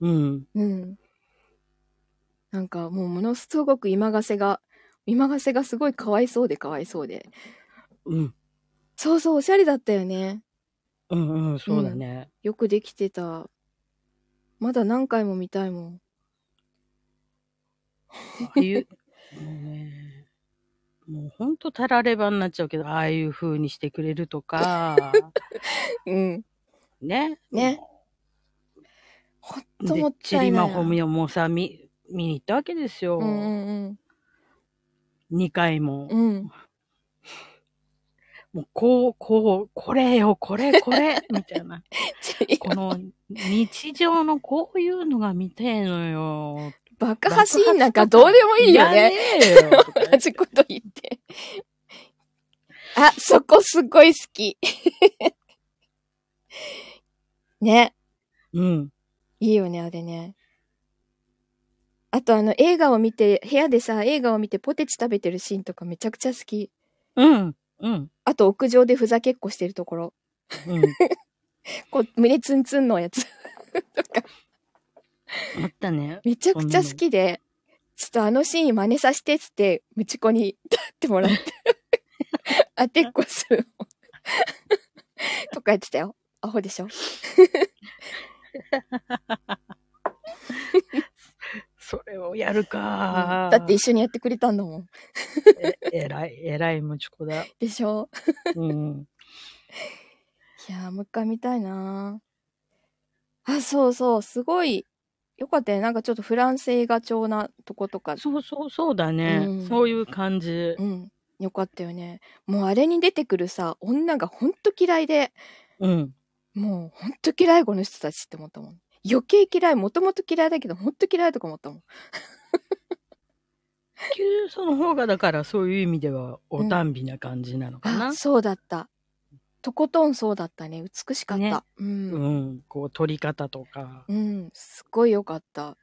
[SPEAKER 3] うん。
[SPEAKER 1] うん。なんかもうものすごく今がせが、今がせがすごいかわいそうでかわいそうで。
[SPEAKER 3] うん。
[SPEAKER 1] そうそう、おしゃれだったよね。
[SPEAKER 3] うんうん、そうだね。
[SPEAKER 1] よくできてた。まだ何回も見たいもん。
[SPEAKER 3] ああいう、もうねもうほんとたらればになっちゃうけど、ああいう風にしてくれるとか、
[SPEAKER 1] うん。
[SPEAKER 3] ね。
[SPEAKER 1] ね。ほん
[SPEAKER 3] で
[SPEAKER 1] ともっ
[SPEAKER 3] ち
[SPEAKER 1] た
[SPEAKER 3] り
[SPEAKER 1] いな
[SPEAKER 3] ま
[SPEAKER 1] いな。
[SPEAKER 3] ほみをもうさ、見、見に行ったわけですよ。
[SPEAKER 1] うんうん
[SPEAKER 3] 2回も
[SPEAKER 1] う。ん。うん。
[SPEAKER 3] もう、こう、こう、これよ、これ、これ、みたい な。この、日常のこういうのが見てえのよ。
[SPEAKER 1] 爆破シーンなんかどうでもいいよ
[SPEAKER 3] や
[SPEAKER 1] ね。
[SPEAKER 3] えよ とか
[SPEAKER 1] 同じこと言って。あ、そこすごい好き。 ね。
[SPEAKER 3] うん。
[SPEAKER 1] いいよね、あれね。あとあの映画を見て、部屋でさ、映画を見てポテチ食べてるシーンとかめちゃくちゃ好き。
[SPEAKER 3] うん。うん。
[SPEAKER 1] あと屋上でふざけっこしてるところ。
[SPEAKER 3] うん。
[SPEAKER 1] こう、胸ツンツンのやつ。とか、
[SPEAKER 3] あったね。
[SPEAKER 1] めちゃくちゃ好きで、ちょっとあのシーン真似させてっつって、ムチコに立ってもらって、当てっこするの。とかやってたよ。アホでしょ
[SPEAKER 3] それをやるか。
[SPEAKER 1] だって一緒にやってくれたんだもん。
[SPEAKER 3] ええらい、えらいムチコだ。
[SPEAKER 1] でしょ
[SPEAKER 3] うん。
[SPEAKER 1] いやー、もう一回見たいなーあ、そうそう、すごい、よかったよ。なんかちょっとフランス映画調なとことか、
[SPEAKER 3] そうそう、そうだね。
[SPEAKER 1] うん
[SPEAKER 3] そういう感じ
[SPEAKER 1] う。ん、よかったよね。もうあれに出てくるさ、女がほんと嫌いで、
[SPEAKER 3] うん。
[SPEAKER 1] もうほんと嫌いこの人たちって思ったもん。余計嫌い、もともと嫌いだけど、ほんと嫌いとか思ったもん。
[SPEAKER 3] キュウソの方が、だからそういう意味では、おたんびな感じなのかな。
[SPEAKER 1] あ、そうだった。とことんそうだったね。美しかった。
[SPEAKER 3] ね
[SPEAKER 1] う。
[SPEAKER 3] うんん。こう、取り方とか、
[SPEAKER 1] うん、すっごいよかった。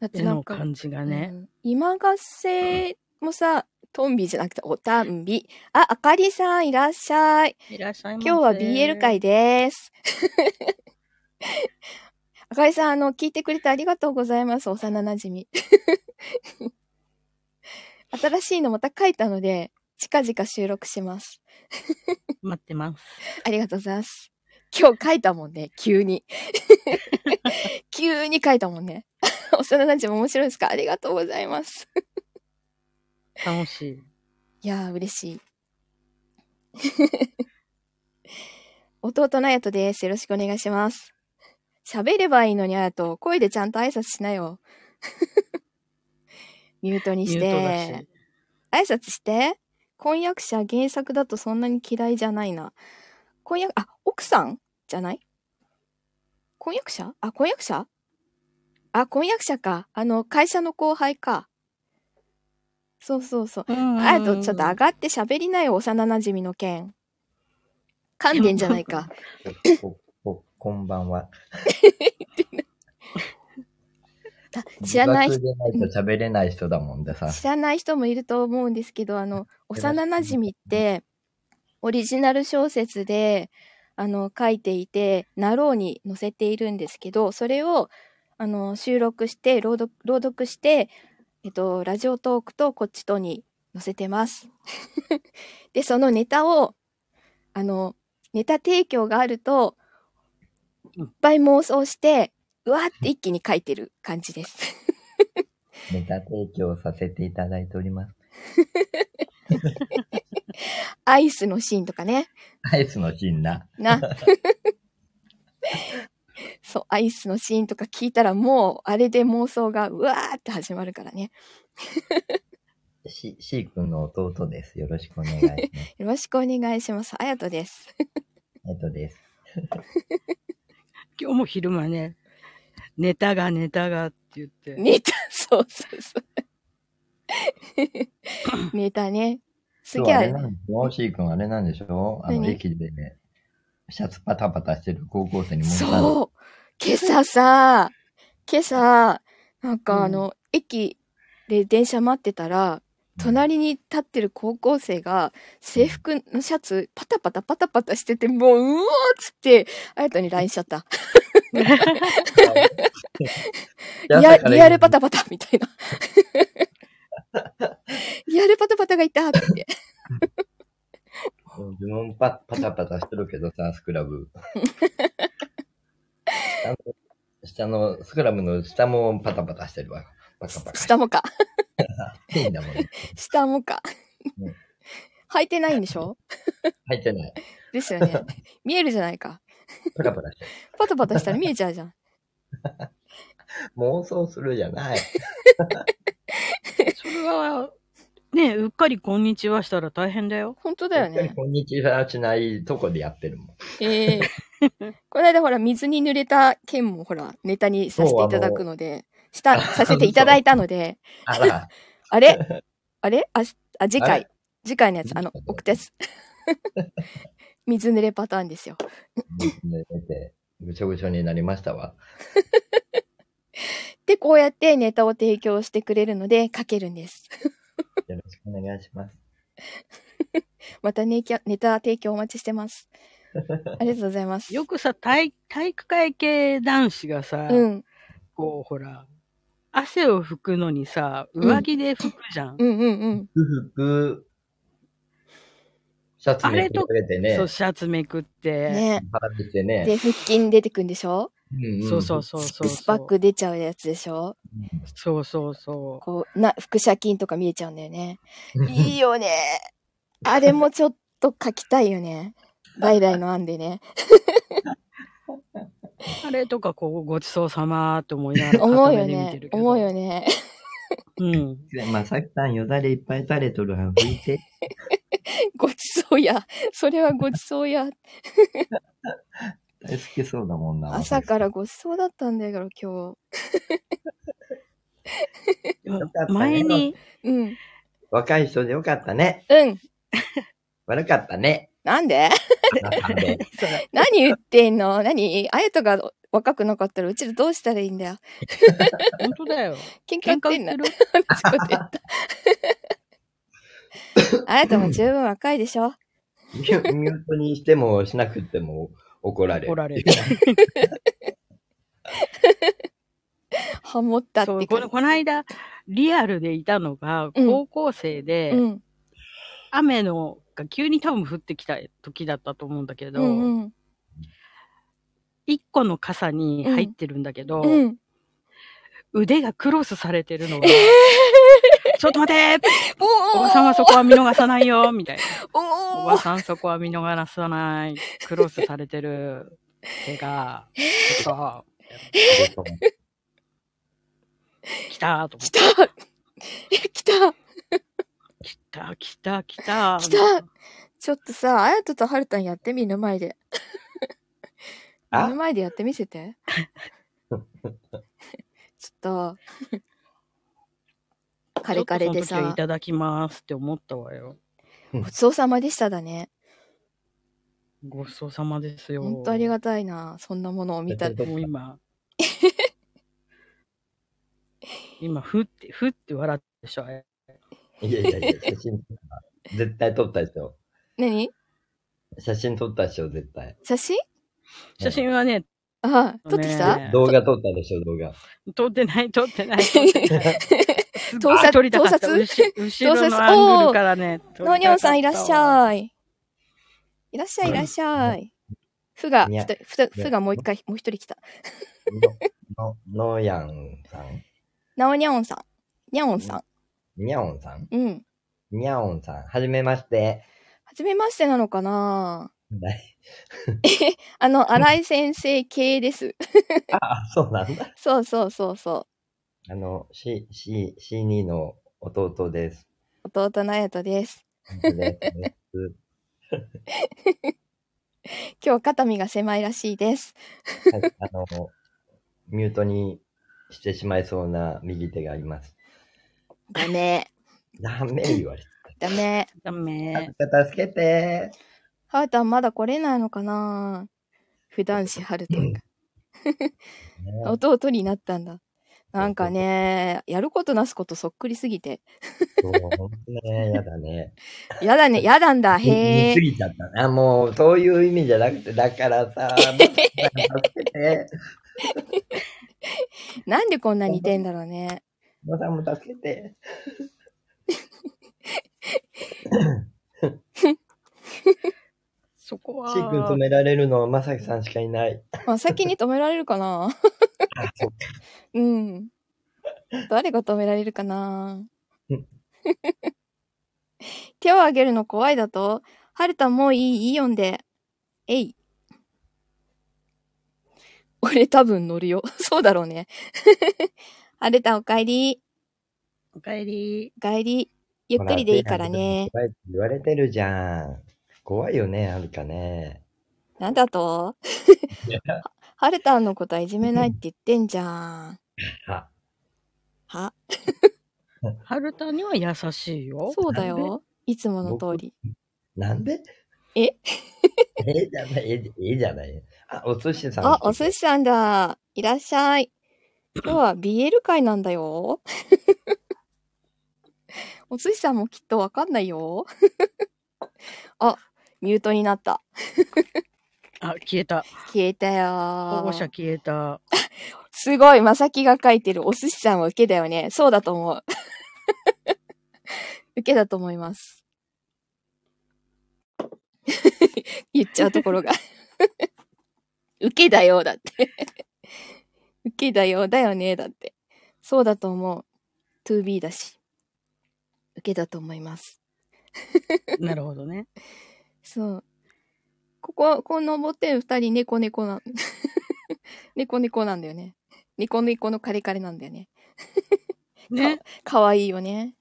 [SPEAKER 1] だって
[SPEAKER 3] 絵
[SPEAKER 1] な
[SPEAKER 3] の
[SPEAKER 1] んか、
[SPEAKER 3] 感じがね
[SPEAKER 1] う。ん今がせもさ、トンビじゃなくておたんび。あ、あかりさんいらっしゃい。
[SPEAKER 3] いらっしゃいませ
[SPEAKER 1] 今日は BL 会 です。あかりさん、あの、聞いてくれてありがとうございます。幼馴 染み。新しいのまた書いたので、近々収録します。
[SPEAKER 3] 待ってます。
[SPEAKER 1] ありがとうございます。今日書いたもんね、急 に。 急に書いたもんね。 幼馴染面白いですかありがとうございます。
[SPEAKER 3] 楽しい。
[SPEAKER 1] いやー、嬉しい。 弟なやとです。よろしくお願いします。喋ればいいのにあやと、声でちゃんと挨拶しなよ。 ミュートにし
[SPEAKER 3] ミュートだ
[SPEAKER 1] て
[SPEAKER 3] し。。
[SPEAKER 1] 挨拶して。婚約者原作だとそんなに嫌いじゃないな。婚約、あ、奥さんじゃない婚約者あ、婚約者あ、婚約者か。あの、会社の後輩か。そうそうそう。あやと、ちょっと上がって喋りなよ、幼馴染の件。噛んでんじゃないか。
[SPEAKER 2] おおこんばんは。
[SPEAKER 1] あ知らない
[SPEAKER 2] 部
[SPEAKER 1] 人、
[SPEAKER 2] 活でないと喋れない人だもんでさ。
[SPEAKER 1] 知らない人もいると思うんですけど、あの、幼馴染って、オリジナル小説で、あの、書いていて、なろうに載せているんですけど、それを、あの、収録して、朗読、朗読して、えっと、ラジオトークとこっちとに載せてます。 で、そのネタを、あの、ネタ提供があると、い
[SPEAKER 3] うん
[SPEAKER 1] っぱい妄想して、うわーって一気に書いてる感じです。
[SPEAKER 2] ネタ提供させていただいております。
[SPEAKER 1] アイスのシーンとかね。
[SPEAKER 2] アイスのシーンな。
[SPEAKER 1] な。 そう、アイスのシーンとか聞いたらもう、あれで妄想がうわーって始まるからね。
[SPEAKER 2] シシー君の弟です。よろしくお 願いします。
[SPEAKER 1] よろしくお願いします。あやとです。
[SPEAKER 2] えっとです。
[SPEAKER 3] 今日も昼間ね、ネタがネタがって言って。
[SPEAKER 1] ネタ、そうそう そう。ネタね。す
[SPEAKER 2] 今
[SPEAKER 1] げ
[SPEAKER 2] 日あれ
[SPEAKER 1] え
[SPEAKER 2] な、んでしょシー君あれなんでしょあの、
[SPEAKER 1] 何
[SPEAKER 2] 駅でね、シャツパタパタしてる高校生に戻ったの。
[SPEAKER 1] そう。今朝さ、今朝、なんかあの、駅で電車待ってたら、 隣に立ってる高校生が制服のシャツパタパタパタパタしててもううおーっつってあやとに LINE しちゃったリアリアルパタパタみたいなリアルパタパタがいたって
[SPEAKER 2] タ。自分パパタパタしてるけどさ、スクラブ。 あの下の、スクラブの下もパタパタしてるわ。パカパカ。
[SPEAKER 1] 下もか
[SPEAKER 2] いいんだもん、ね。
[SPEAKER 1] 下もか
[SPEAKER 2] うん
[SPEAKER 1] 履いてないんでしょ
[SPEAKER 2] 入ってない。
[SPEAKER 1] ですよね見えるじゃないか
[SPEAKER 2] パカパカして
[SPEAKER 1] パタパタしたら見えちゃうじゃん
[SPEAKER 2] る。妄想するじゃない。
[SPEAKER 3] それは、ね、うっかりこんにちはしたら大変だよ。
[SPEAKER 1] 本当だよね。
[SPEAKER 2] こんにちはしないとこでやってるもん。
[SPEAKER 1] ええこの間ほら、水に濡れた件もほら、ネタにさせていただくので、した、させていただいたので、
[SPEAKER 2] あら、
[SPEAKER 1] あ れあれあしあ、次
[SPEAKER 2] あ
[SPEAKER 1] 回
[SPEAKER 2] れ。
[SPEAKER 1] 次回のやつ、 あの、奥です。水濡れパターンですよ。
[SPEAKER 2] 寝て、ぐちょぐちょになりました わ。
[SPEAKER 1] で、こうやってネタを提供してくれるので、書けるんです。
[SPEAKER 2] よろしくお願いします。
[SPEAKER 1] またネキャネタ提供お待ちして ます。ありがとうございます。
[SPEAKER 3] よくさ、体体育会系男子がさ、
[SPEAKER 1] うん、
[SPEAKER 3] こう、ほら、汗を拭くのにさ、上着で拭くじゃん。
[SPEAKER 1] うん、うん、うん。
[SPEAKER 2] ふく、シャツめくれてね
[SPEAKER 3] そう、、シャツめくって。
[SPEAKER 1] ね
[SPEAKER 2] 腹出て
[SPEAKER 1] で、
[SPEAKER 2] ね、
[SPEAKER 1] 腹筋出てくんでしょ
[SPEAKER 2] うんん
[SPEAKER 3] そうそうそう
[SPEAKER 1] シ
[SPEAKER 3] そ
[SPEAKER 1] ック
[SPEAKER 3] う。
[SPEAKER 1] スパック出ちゃうやつでしょ
[SPEAKER 3] そうそうそ
[SPEAKER 1] こう、な、腹斜筋とか見えちゃうんだよ ね。いいよね。あれもちょっと書きたいよ ね。バイバイの案でね。
[SPEAKER 3] う。あれとか、こう、ごちそうさまって思いながら。
[SPEAKER 1] 思うよ
[SPEAKER 3] 片目で見て
[SPEAKER 1] ね
[SPEAKER 3] る。けど
[SPEAKER 1] 思うよね。
[SPEAKER 3] うん。
[SPEAKER 2] まさきさん、よだれいっぱい垂れとるは拭いて。
[SPEAKER 1] ごちそうや。それはごちそうや。
[SPEAKER 2] 大好きそうだもんな。
[SPEAKER 1] 朝から
[SPEAKER 2] ご
[SPEAKER 1] ごちそうだったんだから今
[SPEAKER 3] でも
[SPEAKER 2] よかったね
[SPEAKER 3] 前に、
[SPEAKER 1] 日。うん。
[SPEAKER 2] 若い人でよかったね。
[SPEAKER 1] うん。
[SPEAKER 2] 悪かった ね。
[SPEAKER 1] なんで
[SPEAKER 2] なんで
[SPEAKER 1] 何言ってんの何あやとが若くなかったらうちらどうしたらいいんだよ。
[SPEAKER 3] 本当だよ。
[SPEAKER 1] 喧嘩売
[SPEAKER 3] 喧
[SPEAKER 1] ってんの
[SPEAKER 3] 嘩売ってる
[SPEAKER 1] そうだよ あやとも十分若いでしょ。
[SPEAKER 2] ミュミュートにしてもしなくても 怒られる。
[SPEAKER 3] 怒られる。
[SPEAKER 1] ハモったって
[SPEAKER 3] そう
[SPEAKER 1] 感
[SPEAKER 3] こ
[SPEAKER 1] じ
[SPEAKER 3] のこの間、リアルでいたのが、
[SPEAKER 1] うん
[SPEAKER 3] 高校生で、
[SPEAKER 1] うん。
[SPEAKER 3] 雨のが急に多分降ってきた時だったと思うんだけど、
[SPEAKER 1] うんう
[SPEAKER 3] 一、
[SPEAKER 1] ん。
[SPEAKER 3] 個の傘に入ってるんだけど、
[SPEAKER 1] うん。
[SPEAKER 3] 腕がクロスされてるのが、 ちょっと待てー
[SPEAKER 1] おお
[SPEAKER 3] おばさんはそこは見逃さな いよみたいな。お
[SPEAKER 1] お
[SPEAKER 3] ば
[SPEAKER 1] お
[SPEAKER 3] さんそこは見逃さない。クロスされてる手が、そう、 来たーと
[SPEAKER 1] 来
[SPEAKER 3] 思った
[SPEAKER 1] 来た
[SPEAKER 3] て、来た、来た、来た。
[SPEAKER 1] 来たちょっとさ、あやととはるたんやってみ、目の前で。目
[SPEAKER 2] あ
[SPEAKER 1] の前でやってみせて。ちょっと、カレカレで
[SPEAKER 3] ちょっとその時は
[SPEAKER 1] さ
[SPEAKER 3] い、ただきますって思ったわよ。
[SPEAKER 1] ごちそうさまでしただね。
[SPEAKER 3] ごちそうさまですよ。
[SPEAKER 1] ほんとあり
[SPEAKER 3] が
[SPEAKER 1] がたいな。そんなものを見た。
[SPEAKER 3] もう 今。今、ふって、ふって笑ったでしょ。あれ
[SPEAKER 2] いやいやいや、写真、絶対撮ったでしょ。
[SPEAKER 1] 何
[SPEAKER 2] 写真撮ったでしょ、絶対。
[SPEAKER 1] 写真
[SPEAKER 3] 写真はね、
[SPEAKER 1] ああ、撮ってきた
[SPEAKER 3] ね
[SPEAKER 2] 動画撮ったでしょ、動画。
[SPEAKER 3] 撮ってない、撮ってない。撮ってないすご い
[SPEAKER 1] 盗撮
[SPEAKER 3] 撮りたかった
[SPEAKER 1] 盗撮
[SPEAKER 3] 後 後ろ
[SPEAKER 1] 盗
[SPEAKER 3] の
[SPEAKER 1] 撮
[SPEAKER 3] アングルからね。撮りたか
[SPEAKER 1] の
[SPEAKER 3] った
[SPEAKER 1] にょんさんいらっしゃい。いらっしゃいいらっしゃい。ふが、
[SPEAKER 2] いや
[SPEAKER 1] 一人ふたふがもう一回、もう一人来た。
[SPEAKER 2] の、の、のやんさん。
[SPEAKER 1] なおにゃおんさん。にゃおんさ
[SPEAKER 2] にゃおんさん
[SPEAKER 1] ん。うん。
[SPEAKER 2] にゃおんさん。はじめまして。
[SPEAKER 1] はじめましてなのかな
[SPEAKER 2] だい
[SPEAKER 1] あの、荒井先生系です。
[SPEAKER 2] あ、そうなんだ。
[SPEAKER 1] そうそうそうそ
[SPEAKER 2] あの、C、C、C2 の弟です。
[SPEAKER 1] う。弟のあやとです。
[SPEAKER 2] です
[SPEAKER 1] 今日肩身が狭いらしいです。
[SPEAKER 2] はい、あの、ミュートにしてしまいそうな右手がいます。
[SPEAKER 1] ダメ。
[SPEAKER 2] ダメ言われ
[SPEAKER 1] ダメ。
[SPEAKER 3] ダメ。
[SPEAKER 2] た。助けて
[SPEAKER 1] はーたんまだ来れないのかな普段しはるというか。弟になったんだ。なんかね、やることなすことそっくりすぎて。
[SPEAKER 2] そう、ほんとね、やだね。
[SPEAKER 1] やだね、やだんだ、へ
[SPEAKER 2] 見
[SPEAKER 1] え
[SPEAKER 2] す。ぎちゃったな。あもう、そういう意味じゃなくて、だからさ、助けて。
[SPEAKER 1] なんでこんな似てんだろうね。
[SPEAKER 2] おばさんも助けて。
[SPEAKER 3] そこ
[SPEAKER 2] シー君止
[SPEAKER 3] は、
[SPEAKER 2] められるのはまさきさんしかいない。
[SPEAKER 1] まあ、先に止められるかな
[SPEAKER 2] あそう
[SPEAKER 1] うん。誰が止められるかな
[SPEAKER 2] うん
[SPEAKER 1] 手を挙げるの怖いだとはるたもういいイオンで。えい。俺多分乗るよ。 そうだろうね。はるたお帰り。
[SPEAKER 3] おかえり。
[SPEAKER 1] お帰り。ゆっくりでいいからね。
[SPEAKER 2] ほら。手挙げて言われてるじゃん。怖いよね、はるかね。
[SPEAKER 1] なんだとはるたんのことはいじめないって言ってんじゃん。
[SPEAKER 2] あ、
[SPEAKER 1] は
[SPEAKER 3] はるたには優しいよ。
[SPEAKER 1] そうだよ。いつもの通り。
[SPEAKER 2] なんで
[SPEAKER 1] え
[SPEAKER 2] えじゃない、ええじゃない。あ、お寿司さん。
[SPEAKER 1] あ、お寿司さんだ。いらっしゃ い。今日は BL 会なんだよ。 お寿司さんもきっとわかんないよ。 あ、ミュートになった。
[SPEAKER 3] あ、消えた。
[SPEAKER 1] 消えた
[SPEAKER 3] 保
[SPEAKER 1] よ
[SPEAKER 3] 護。者消 えた。
[SPEAKER 1] すごい、まさきが書いてるお寿司さんは受けだよね。そうだと思う。 受けだと思います。 言っちゃうところが。 受けだよ、だって。 受けだよ、だよね、だって。そうだと思う。2B だし。受けだと思います。
[SPEAKER 3] なるほどね。
[SPEAKER 1] そう。ここ、この登ってる二人猫猫なん、 猫猫なんだよね。猫猫のカレカレなんだよね。
[SPEAKER 3] ね。
[SPEAKER 1] かわいいよね。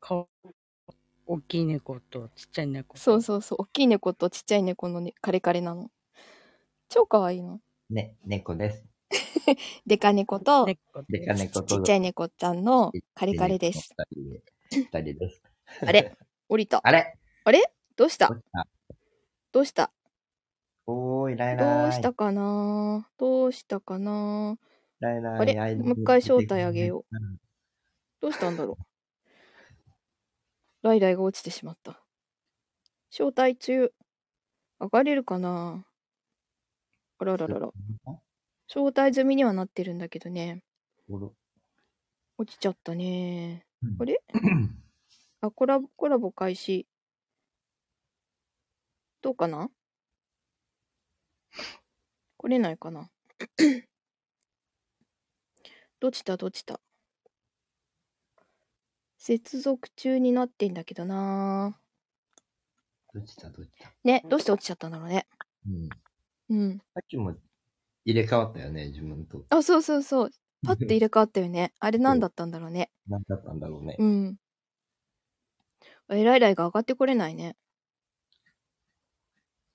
[SPEAKER 3] 顔、大きい猫とちっちゃい猫。
[SPEAKER 1] そうそうそう。大きい猫とちっちゃい猫の、ね、カレカレなの。超かわいいの。
[SPEAKER 2] ね、猫です。
[SPEAKER 1] デカ猫と
[SPEAKER 3] 猫
[SPEAKER 2] でか
[SPEAKER 3] で
[SPEAKER 2] 猫と。
[SPEAKER 1] ちっちゃい猫ちゃんのカレカレです。。
[SPEAKER 2] 二人です。
[SPEAKER 1] あれ降りた。
[SPEAKER 2] あれ
[SPEAKER 1] どうしたどうした
[SPEAKER 2] おーい、ライラ
[SPEAKER 1] ど
[SPEAKER 2] イ。
[SPEAKER 1] うしたかなどうしたかな
[SPEAKER 2] ライライ
[SPEAKER 1] あれ
[SPEAKER 2] アイドル
[SPEAKER 1] もう一回招待あげよ
[SPEAKER 2] うん。
[SPEAKER 1] どうしたんだろうライライが落ちてしまった。招待中。上がれるかなあらららら。招待済みにはなってるんだけどね。
[SPEAKER 2] おろ
[SPEAKER 1] 落ちちゃったね。
[SPEAKER 2] うん
[SPEAKER 1] あれあ、コラボ、コラボ開始。どうかな 来れないかな どっちだどっちだ接続中になってんだけどな
[SPEAKER 2] どっちだ、どっちだ。
[SPEAKER 1] ね、どうして落ちちゃったんだろうね。
[SPEAKER 2] うん。
[SPEAKER 1] うん。
[SPEAKER 2] さっきも入れ替わったよね、自分と。
[SPEAKER 1] あ、そうそうそう。パッて入れ替わったよね。あれ何だったんだろうね。
[SPEAKER 2] 何だったんだろうね
[SPEAKER 1] う。ん。えらいらいが上がってこれないね。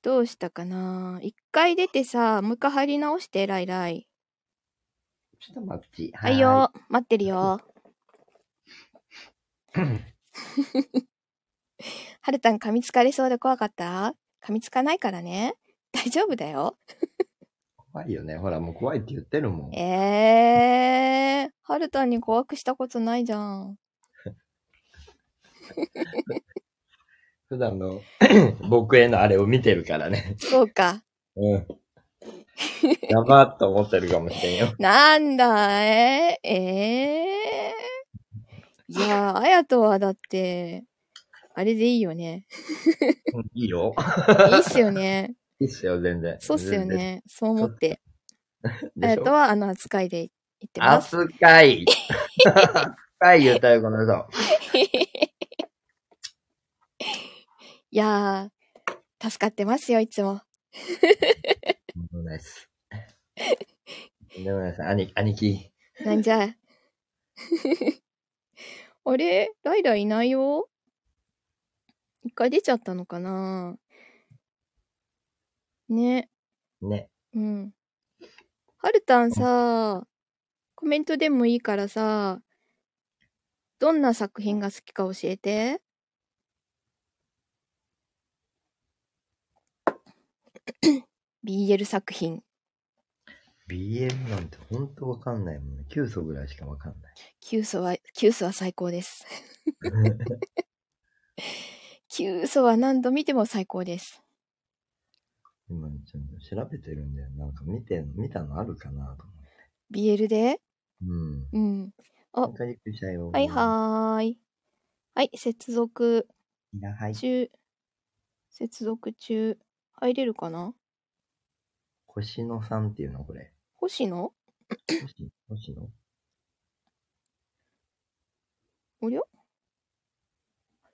[SPEAKER 1] どうしたかな一回出てさ、もう一回入り直して、えらいらい。
[SPEAKER 2] ちょっと待ち。は
[SPEAKER 1] は
[SPEAKER 2] ー
[SPEAKER 1] いよ、待ってる よ。はるたん噛みつかれそうで怖かった噛みつかないからね。大丈夫だよ。
[SPEAKER 2] 怖いよね。ほら、もう怖いって言ってるもん。
[SPEAKER 1] えー、はるたんに怖くしたことないじゃん。
[SPEAKER 2] 普段の 僕へのあれを見てるからね。
[SPEAKER 1] そうか。
[SPEAKER 2] うん。やばっと思ってるかもしれんよ。
[SPEAKER 1] なんだえー、えー。いやー、あやとはだって、あれでいいよね。
[SPEAKER 2] うんいいよ。
[SPEAKER 1] いいっすよ ね。
[SPEAKER 2] いいっすよ、全然。
[SPEAKER 1] そうっすよね。そう思って。
[SPEAKER 2] 全
[SPEAKER 1] あ
[SPEAKER 2] 然。
[SPEAKER 1] や
[SPEAKER 2] でし
[SPEAKER 1] と
[SPEAKER 2] ょ
[SPEAKER 1] はあの扱いで言ってます。
[SPEAKER 2] 扱い。扱い言ったよ、この人。
[SPEAKER 1] いやー、助かってますよ、いつも。
[SPEAKER 2] とんでもないっす。とんでもないっす。兄、兄貴。
[SPEAKER 1] なんじゃ。 あれライラいないよ一回出ちゃったのかなね、
[SPEAKER 2] ね。
[SPEAKER 1] うん。はるたんさ、コメントでもいいからさ、どんな作品が好きか教えて。BL 作品。
[SPEAKER 2] BL なんてほんとわかんないもんね。9素ぐらいしかわかんない。
[SPEAKER 1] キューソは、キューソは最高です。キューソは何度見ても最高です。
[SPEAKER 2] 今、ちょっと調べてるんだよ。なんか見てんの、見たのあるかなと思って。
[SPEAKER 1] BL で
[SPEAKER 2] うん。
[SPEAKER 1] うん。あ
[SPEAKER 2] カリックしたよ。
[SPEAKER 1] はいはーい。はい、接続
[SPEAKER 2] いや。はい。
[SPEAKER 1] 中。接続中。入れるかな
[SPEAKER 2] 星野さんっていうの、これ。
[SPEAKER 1] 星野
[SPEAKER 2] 星星野
[SPEAKER 1] おりゃ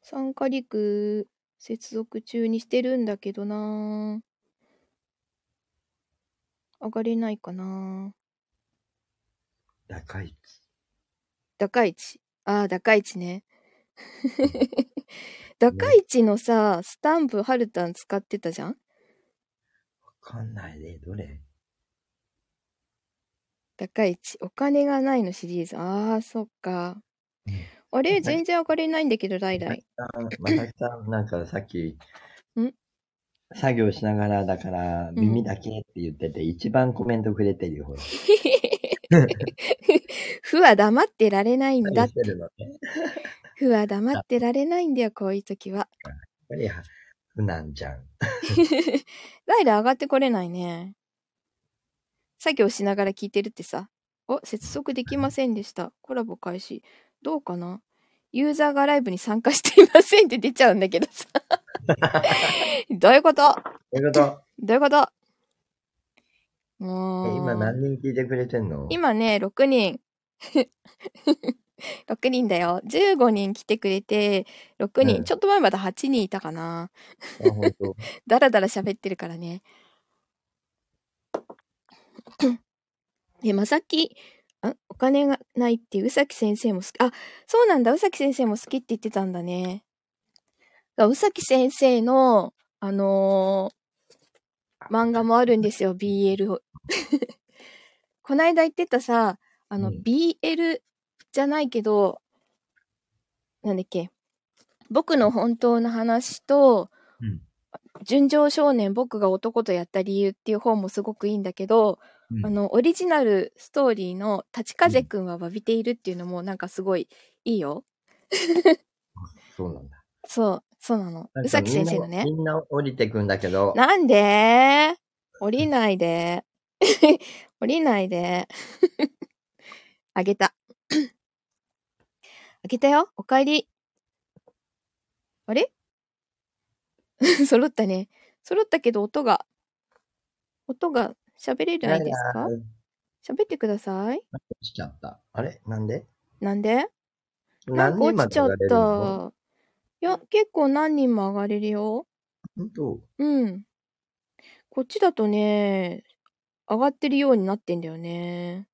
[SPEAKER 1] 参加陸接続中にしてるんだけどなぁ上がれないかなぁ
[SPEAKER 2] 高市。
[SPEAKER 1] 高市。ああ、高市ね。 高市のさ、スタンプはるたん使ってたじゃん
[SPEAKER 2] わかんないで、どれ
[SPEAKER 1] 高市。お金がないのシリーズ。ああ、そっか
[SPEAKER 2] うん。
[SPEAKER 1] あ
[SPEAKER 2] は
[SPEAKER 1] れ
[SPEAKER 2] い
[SPEAKER 1] 全然上がれないんだけど、ライライ。
[SPEAKER 2] まさきさんまさきさん、なんかさっき
[SPEAKER 1] ん、
[SPEAKER 2] 作業しながらだから、耳だけって言ってて、一番コメントくれてるよ、ほら。
[SPEAKER 1] ふは黙ってられないんだ
[SPEAKER 2] 何し。てるのね。やっ
[SPEAKER 1] ふは黙ってられないんだよ、こういう時は。
[SPEAKER 2] ぱり、ふなんじゃん。
[SPEAKER 1] ライラ上がってこれないね。作業しながら聞いてるってさ。お、接続できませんでした。コラボ開始。どうかなユーザーがライブに参加していませんって出ちゃうんだけど さ。どういうこと
[SPEAKER 2] ということ、
[SPEAKER 1] どういうこと
[SPEAKER 2] え
[SPEAKER 1] もう。
[SPEAKER 2] 今何人聞いてくれてんの
[SPEAKER 1] 今ね、6人。6人だよ。15人来てくれて、6人。
[SPEAKER 2] うん
[SPEAKER 1] ちょっと前まだ8人いたかな。
[SPEAKER 2] あほんと
[SPEAKER 1] だらだら喋ってるからね。で、まさき、あお金がないっていう宇崎先生も好き。あ、そうなんだ。宇崎先生も好きって言ってたんだね。だ宇崎先生の、あのー 漫画もあるんですよ。BL を。 こないだ言ってたさ、あの、
[SPEAKER 2] うん
[SPEAKER 1] BL じゃないけど、なんだっけ。僕の本当の話と、
[SPEAKER 2] うん
[SPEAKER 1] 純情少年僕が男とやった理由っていう本もすごくいいんだけど、
[SPEAKER 2] うん
[SPEAKER 1] あのオリジナルストーリーの「立風くんは詫びている」っていうのもなんかすごいいいよ。
[SPEAKER 2] そうなんだ。
[SPEAKER 1] そう、そうなの。
[SPEAKER 2] なん
[SPEAKER 1] 宇
[SPEAKER 2] か
[SPEAKER 1] 崎先生のね。
[SPEAKER 2] みんなみんな降りてくんだけど、
[SPEAKER 1] なんで降りないで。 降りないで。あげた。 あげたよ。おかえり。あれ 揃ったね。揃ったけど音が、音が喋れないですか
[SPEAKER 2] なんか
[SPEAKER 1] 喋ってください。
[SPEAKER 2] 落ちちゃった。あれなんで
[SPEAKER 1] なんでな
[SPEAKER 2] 何
[SPEAKER 1] んか
[SPEAKER 2] 人
[SPEAKER 1] 落
[SPEAKER 2] ま
[SPEAKER 1] ち
[SPEAKER 2] で
[SPEAKER 1] ちゃっ
[SPEAKER 2] 上がれるの
[SPEAKER 1] た。いや、結構何人も上がれるよ。
[SPEAKER 2] 本当
[SPEAKER 1] うん。こっちだとね、上がってるようになってんだよね。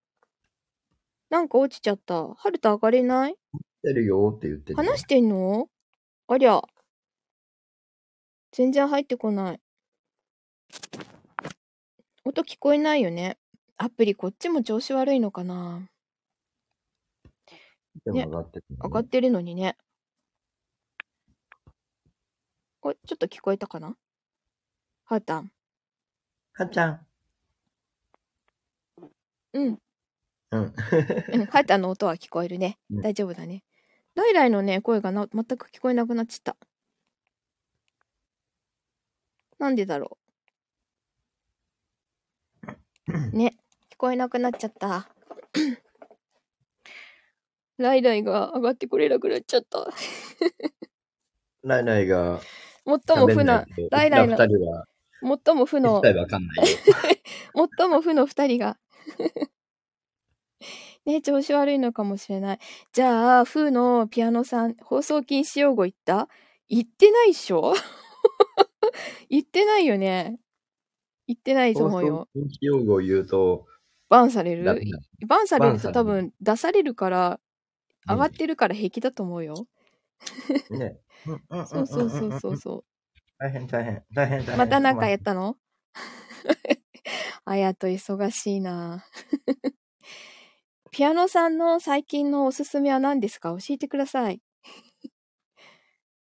[SPEAKER 1] なんか落ちちゃった。ハルタ上がれない
[SPEAKER 2] 来てるよって言ってたよ
[SPEAKER 1] 話してんのありゃ。全然入ってこない。音聞こえないよね。アプリこっちも調子悪いのかな
[SPEAKER 2] でも上がってる、ね
[SPEAKER 1] 上がってるのにね。おちょっと聞こえたかなはーたん。
[SPEAKER 2] はーちゃん。
[SPEAKER 1] うん。
[SPEAKER 2] う
[SPEAKER 1] う
[SPEAKER 2] ん。
[SPEAKER 1] んはーたんの音は聞こえるね。
[SPEAKER 2] うん
[SPEAKER 1] 大丈夫だね。ライライのね、声がな全く聞こえなくなっちゃった。なんでだろ う。ね、聞こえなくなっちゃった。 ライライが上がってこれなくなっちゃった。
[SPEAKER 2] ライライが
[SPEAKER 1] 最も負な、ライライの
[SPEAKER 2] 二人は、
[SPEAKER 1] 最も負の
[SPEAKER 2] 一切わかんないよ。
[SPEAKER 1] 最も負の二人が。 ね調子悪いのかもしれない。じゃあ、負のピアノさん、放送禁止用語言った言ってないっしょ 言ってないよね。言ってないと思うよ。
[SPEAKER 2] 放送禁止用語を言うと、
[SPEAKER 1] バンされ
[SPEAKER 2] ダメ
[SPEAKER 1] る
[SPEAKER 2] だ
[SPEAKER 1] バンされると
[SPEAKER 2] バンされる
[SPEAKER 1] 多分出されるから、上がってるから平気だと思うよ。
[SPEAKER 2] ね。。
[SPEAKER 1] そうそうそうそううんそう。
[SPEAKER 2] 大変大変。大変大変。
[SPEAKER 1] またなんかやったの あやと忙しいな ピアノさんの最近のおすすめは何ですか教えてください。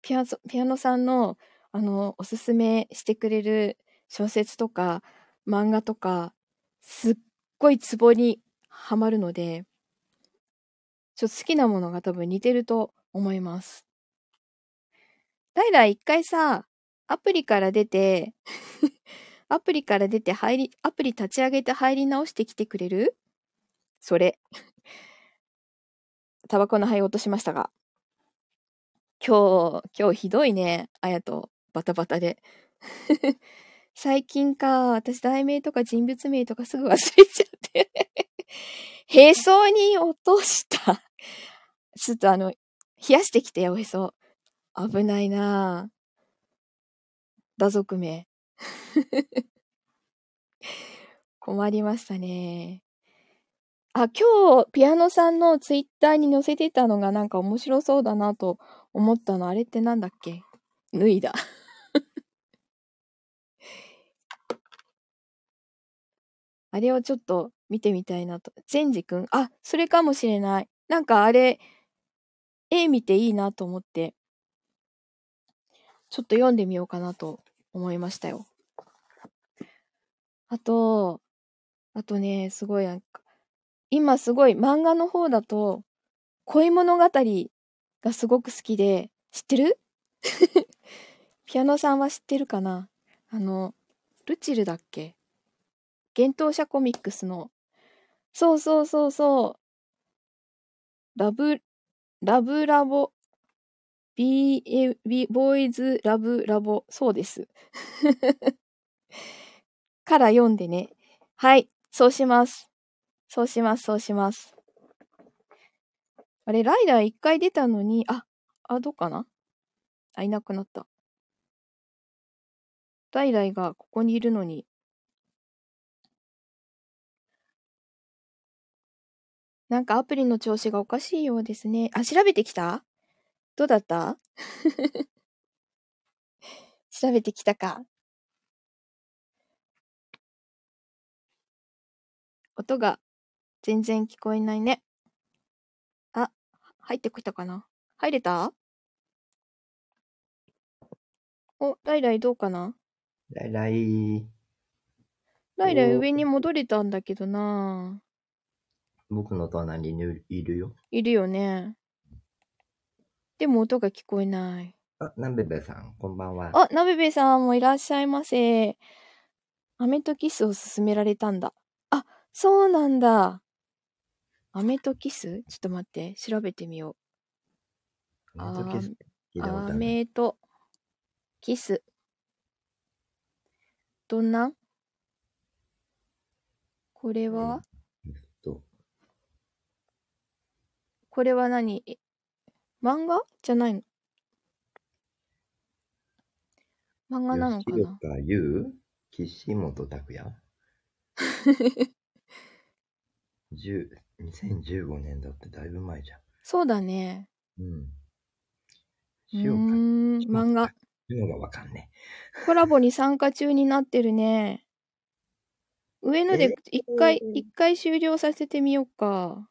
[SPEAKER 1] ピアソピアノさんのあのおすすめしてくれる小説とか漫画とかすっごいツボにはまるのでちょっと好きなものが多分似てると思います。ライラ一回さアプリから出て アプリから出て入りアプリ立ち上げて入り直してきてくれるそれ タバコの灰を落としましたが今日今日ひどいねあやとバタバタで 最近か私題名とか人物名とかすぐ忘れちゃって へそに落としたちょっとあの冷やしてきてよへそ危ないなあ打足名。 困りましたね。あ、今日、ピアノさんのツイッターに載せてたのがなんか面白そうだなと思ったの。あれってなんだっけ脱いだ。 あれをちょっと見てみたいなと。善治くんあ、それかもしれない。なんかあれ、絵見ていいなと思って、ちょっと読んでみようかなと思いましたよ。あと、あとね、すごいなんか、今すごい漫画の方だと、恋物語がすごく好きで、知ってる ピアノさんは知ってるかなあの、ルチルだっけ幻冬舎コミックスの、そうそうそうそう、ラブ、ラブラボ、B、B、ボーイズラブラボ、そうです。から読んでね。はい、そうします。そうします、そうします。あれ、ライダー一回出たのに、あ、あ、どうかなあ、いなくなった。ライライがここにいるのに。なんかアプリの調子がおかしいようですね。あ、調べてきたどうだった 調べてきたか。音が全然聞こえないね。あ、入ってきたかな入れたお、ライライどうかな
[SPEAKER 2] ライライ。
[SPEAKER 1] ライライ
[SPEAKER 2] お
[SPEAKER 1] 上に戻れたんだけどな
[SPEAKER 2] 僕の隣にいるよ。
[SPEAKER 1] いるよね。でも音が聞こえない。
[SPEAKER 2] あ、ナンベベさん、こんばんは。
[SPEAKER 1] あ、なべべさんもいらっしゃいませ。アメとキスを勧められたんだ。あ、そうなんだ。アメとキスちょっと待って、調べてみよう。
[SPEAKER 2] アメとキス聞いたことあ
[SPEAKER 1] ア
[SPEAKER 2] る
[SPEAKER 1] メとキス。どんなんこれは
[SPEAKER 2] えっと
[SPEAKER 1] これは何え漫画じゃないの漫画なのか
[SPEAKER 2] 吉
[SPEAKER 1] な
[SPEAKER 2] 岡優岸本拓也10 2015年だってだいぶ前じゃ
[SPEAKER 1] そうだね。
[SPEAKER 2] ん。うん。
[SPEAKER 1] う
[SPEAKER 2] し
[SPEAKER 1] ー
[SPEAKER 2] ようか。
[SPEAKER 1] ん、漫画。
[SPEAKER 2] いうのがわかんね
[SPEAKER 1] コラボに参加中になってるね。上ので一回、一回終了させてみようか。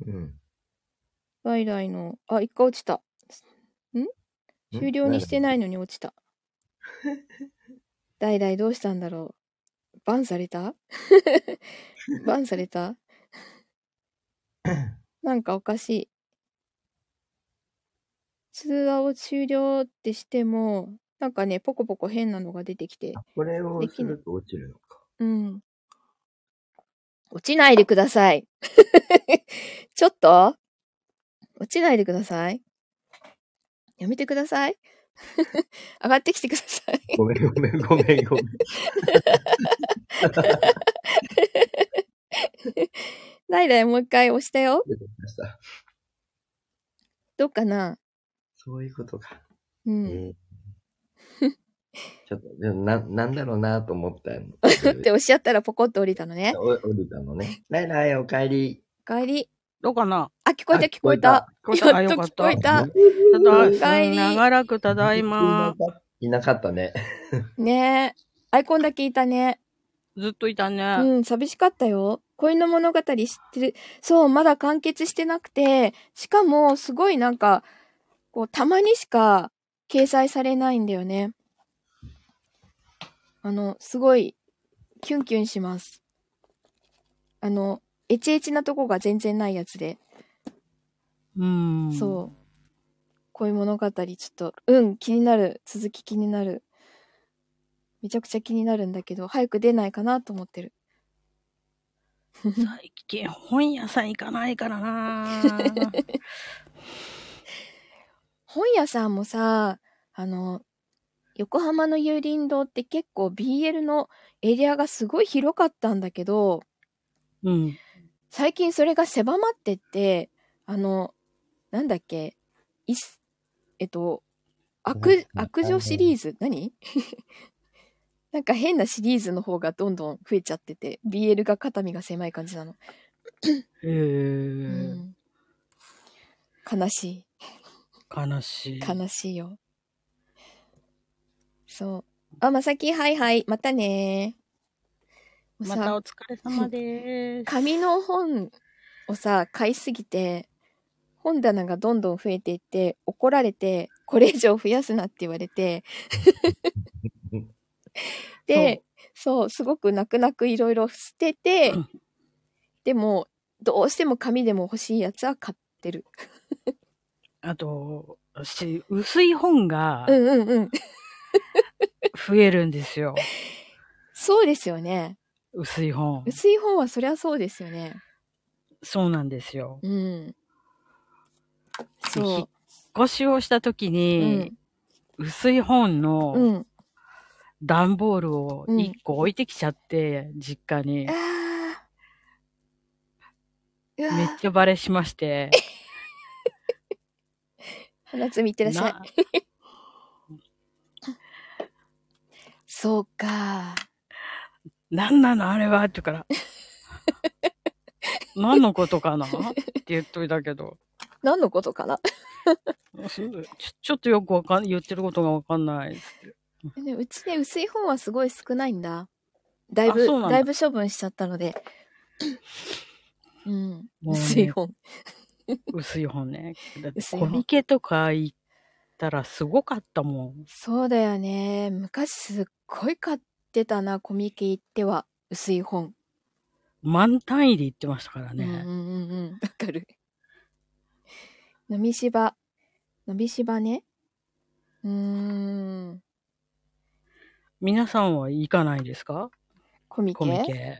[SPEAKER 2] うん。
[SPEAKER 1] 外来の。あ、一回落ちた。ん終了にしてないのに落ちた。外来どうしたんだろう。バンされたバンされたなんかおかしい。通話を終了ってしても、なんかね、ポコポコ変なのが出てきて。
[SPEAKER 2] これを
[SPEAKER 1] ですきない
[SPEAKER 2] ると落ち るのか。
[SPEAKER 1] うん。落ちないでください。 ちょっと落ちないでください。やめてください。 上がってきてください。
[SPEAKER 2] ごめんごめんごめんごめん。
[SPEAKER 1] ライライもう一回押したよ。
[SPEAKER 2] 出てきました。
[SPEAKER 1] どうかな
[SPEAKER 2] そういうことか。
[SPEAKER 1] う
[SPEAKER 2] え
[SPEAKER 1] ん。
[SPEAKER 2] ーちょっと、でもな、なんだろうなと思ったの。
[SPEAKER 1] っておっしゃったらポコッと降りたのね。
[SPEAKER 2] お降りたのね。ライライ、お帰り。
[SPEAKER 1] お帰り。
[SPEAKER 3] どうかな
[SPEAKER 1] あ、聞こえた聞こえた。
[SPEAKER 3] 聞こえたあ
[SPEAKER 1] や
[SPEAKER 3] よ
[SPEAKER 1] っと
[SPEAKER 3] かっ
[SPEAKER 1] 聞
[SPEAKER 3] た。
[SPEAKER 1] こえ た。
[SPEAKER 3] ただ、
[SPEAKER 1] おかえり
[SPEAKER 3] 長らくただいま。。
[SPEAKER 2] いなかっ たね。
[SPEAKER 1] ねえ。アイコンだけいたね。
[SPEAKER 3] ずっといたね。
[SPEAKER 1] うん、寂しかったよ。恋の物語知ってる。そう、まだ完結してなくて、しかも、すごいなんか、こう、たまにしか掲載されないんだよね。あの、すごい、キュンキュンします。あの、エチエチなとこが全然ないやつで。
[SPEAKER 3] うん。
[SPEAKER 1] そう。恋物語、ちょっと、うん、気になる。続き気になる。めちゃくちゃ気になるんだけど、早く出ないかなと思ってる。
[SPEAKER 3] 最近本屋さん行かないか らな
[SPEAKER 1] 本屋さんもさあの横浜の有林堂って結構 BL のエリアがすごい広かったんだけど
[SPEAKER 3] うん。
[SPEAKER 1] 最近それが狭まってってあのなんだっけいすえっと悪悪女シリーズ何 なんか変なシリーズの方がどんどん増えちゃってて BL が肩身が狭い感じなの、
[SPEAKER 3] へ
[SPEAKER 1] う
[SPEAKER 3] え。
[SPEAKER 1] ん、悲しい
[SPEAKER 3] 悲しい。
[SPEAKER 1] 悲しいよ。そう。あ、まさき、はいはい。またねー。もう
[SPEAKER 3] ま
[SPEAKER 1] さ
[SPEAKER 3] たお疲れ様でーす。
[SPEAKER 1] 紙の本をさ、買いすぎて、本棚がどんどん増えていって、怒られて、これ以上増やすなって言われ て、で、そう、すごく泣く泣くいろいろ捨て て
[SPEAKER 3] うん、
[SPEAKER 1] でも、どうしても紙でも欲しいやつは買ってる。
[SPEAKER 3] あと、私、薄い本が
[SPEAKER 1] うんうんうん。
[SPEAKER 3] 増えるんですよ。
[SPEAKER 1] そうですよね。
[SPEAKER 3] 薄い本。
[SPEAKER 1] 薄い本はそりゃそうですよね。
[SPEAKER 3] そうなんですよ。
[SPEAKER 1] うん。
[SPEAKER 3] 引っ
[SPEAKER 1] そ
[SPEAKER 3] 越しをした時
[SPEAKER 1] う。う
[SPEAKER 3] に
[SPEAKER 1] ん、。
[SPEAKER 3] 薄い本の
[SPEAKER 1] うん。
[SPEAKER 3] 段ボールを1個置いてきちゃって、実家に。
[SPEAKER 1] あ
[SPEAKER 3] め
[SPEAKER 1] あ。うわ
[SPEAKER 3] っ
[SPEAKER 1] ー
[SPEAKER 3] ちゃバレしまして。
[SPEAKER 1] 花 摘みいってらっしゃい。
[SPEAKER 3] な
[SPEAKER 1] そうか。
[SPEAKER 3] なんなのあれはっ て言うから。何のことかなって言っといたけど。
[SPEAKER 1] 何のことかな。
[SPEAKER 3] ちょちょっとよくわかん、言ってることがわかんないっつって。
[SPEAKER 1] ねうちね、薄い本はすごい少ないんだ。だいぶ、
[SPEAKER 3] あそうなんだ
[SPEAKER 1] だいぶ処分しちゃったので。うん。
[SPEAKER 3] もうね
[SPEAKER 1] 薄い本。
[SPEAKER 3] 薄い本ね。だって
[SPEAKER 1] 薄い
[SPEAKER 3] コ
[SPEAKER 1] 本
[SPEAKER 3] ミケとか行ったらすごかったもん。
[SPEAKER 1] そうだよね。昔すっごい買ってたな、コミケ行っては。薄い本。
[SPEAKER 3] 満単位で行ってましたからね。
[SPEAKER 1] うんうんうんうん。わかる。伸びしば。伸びしばね。うーん。
[SPEAKER 3] 皆さんは行かないですか
[SPEAKER 1] コミケ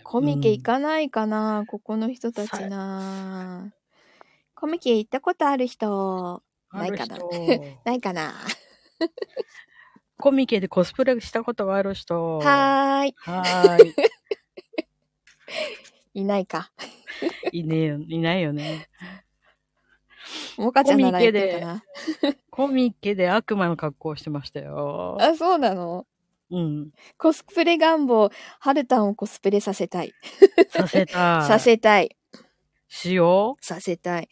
[SPEAKER 3] コ
[SPEAKER 1] コミ
[SPEAKER 3] ミ
[SPEAKER 1] ケ
[SPEAKER 3] ケ。
[SPEAKER 1] 行かないかな、ここの人たちな。コミケ行ったことある人、
[SPEAKER 3] うん
[SPEAKER 1] ないかな
[SPEAKER 3] ある人
[SPEAKER 1] ないかな。
[SPEAKER 3] コミケでコスプレしたことがある人。
[SPEAKER 1] はーい。
[SPEAKER 3] はーい。
[SPEAKER 1] いないか。
[SPEAKER 3] いねえよ、いないよね。
[SPEAKER 1] もかちゃんなら
[SPEAKER 3] コ
[SPEAKER 1] やっ
[SPEAKER 3] ミ
[SPEAKER 1] て
[SPEAKER 3] ケで
[SPEAKER 1] るかな。
[SPEAKER 3] コミケで悪魔の格好をしてましたよ。
[SPEAKER 1] あ、そうなの
[SPEAKER 3] うん。
[SPEAKER 1] コスプレ願望、はるたんをコスプレさせたい。
[SPEAKER 3] させ た。
[SPEAKER 1] さ。せたい。
[SPEAKER 3] しよ
[SPEAKER 1] させたい。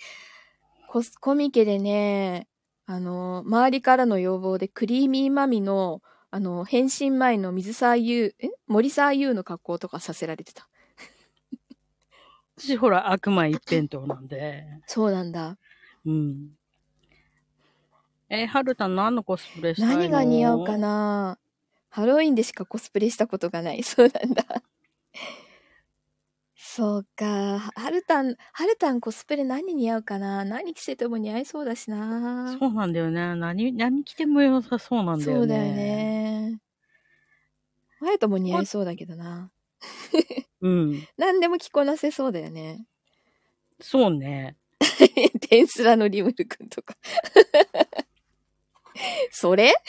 [SPEAKER 1] コスコミケでね、あの、周りからの要望でクリーミーマミのあの、返信前の水沢優、え森沢優の格好とかさせられてた。
[SPEAKER 3] 私ほら、悪魔一辺倒なんで。
[SPEAKER 1] そうなんだ。
[SPEAKER 3] うん。えー、はるたん何のコスプレしたいの
[SPEAKER 1] 何が似合うかなハロウィンでしかコスプレしたことがない。 そうなんだ。そうか。はるたん、はるたんコスプレ何似合うかな何着せても似合いそうだしな。
[SPEAKER 3] そうなんだよね。何、何着ても良さそうなんだよね。
[SPEAKER 1] そうだよ。ね。マヤトも似合いそうだけどな。
[SPEAKER 3] うん。
[SPEAKER 1] 何でも着こなせそうだよね。
[SPEAKER 3] そうね。
[SPEAKER 1] テンスラのリムル君とか。 それ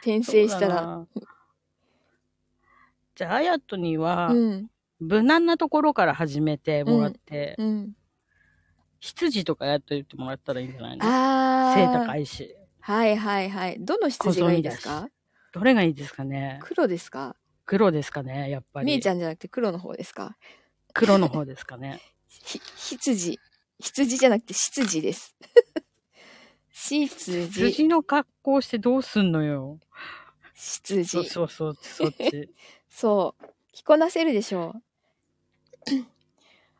[SPEAKER 1] 転生した
[SPEAKER 3] そうだ
[SPEAKER 1] ら。
[SPEAKER 3] な。じゃあ、あやとには、
[SPEAKER 1] うん。
[SPEAKER 3] 無難なところから始めてもらって、
[SPEAKER 1] うん。
[SPEAKER 3] 羊とかやっといてもらったらいいんじゃないの
[SPEAKER 1] ああ。
[SPEAKER 3] 背高いし。
[SPEAKER 1] はいはいはい。どの羊がいいですか
[SPEAKER 3] どれがいいですかね
[SPEAKER 1] 黒ですか
[SPEAKER 3] 黒ですかねやっぱり。
[SPEAKER 1] みーちゃんじゃなくて黒の方ですか
[SPEAKER 3] 黒の方ですかね
[SPEAKER 1] ひ、羊。羊じゃなくて羊です。 しつ じ、
[SPEAKER 3] 羊の格好してどうすんのよ。そう
[SPEAKER 1] 羊。
[SPEAKER 3] そうそう、そっち。
[SPEAKER 1] そう。着こなせるでし ょう。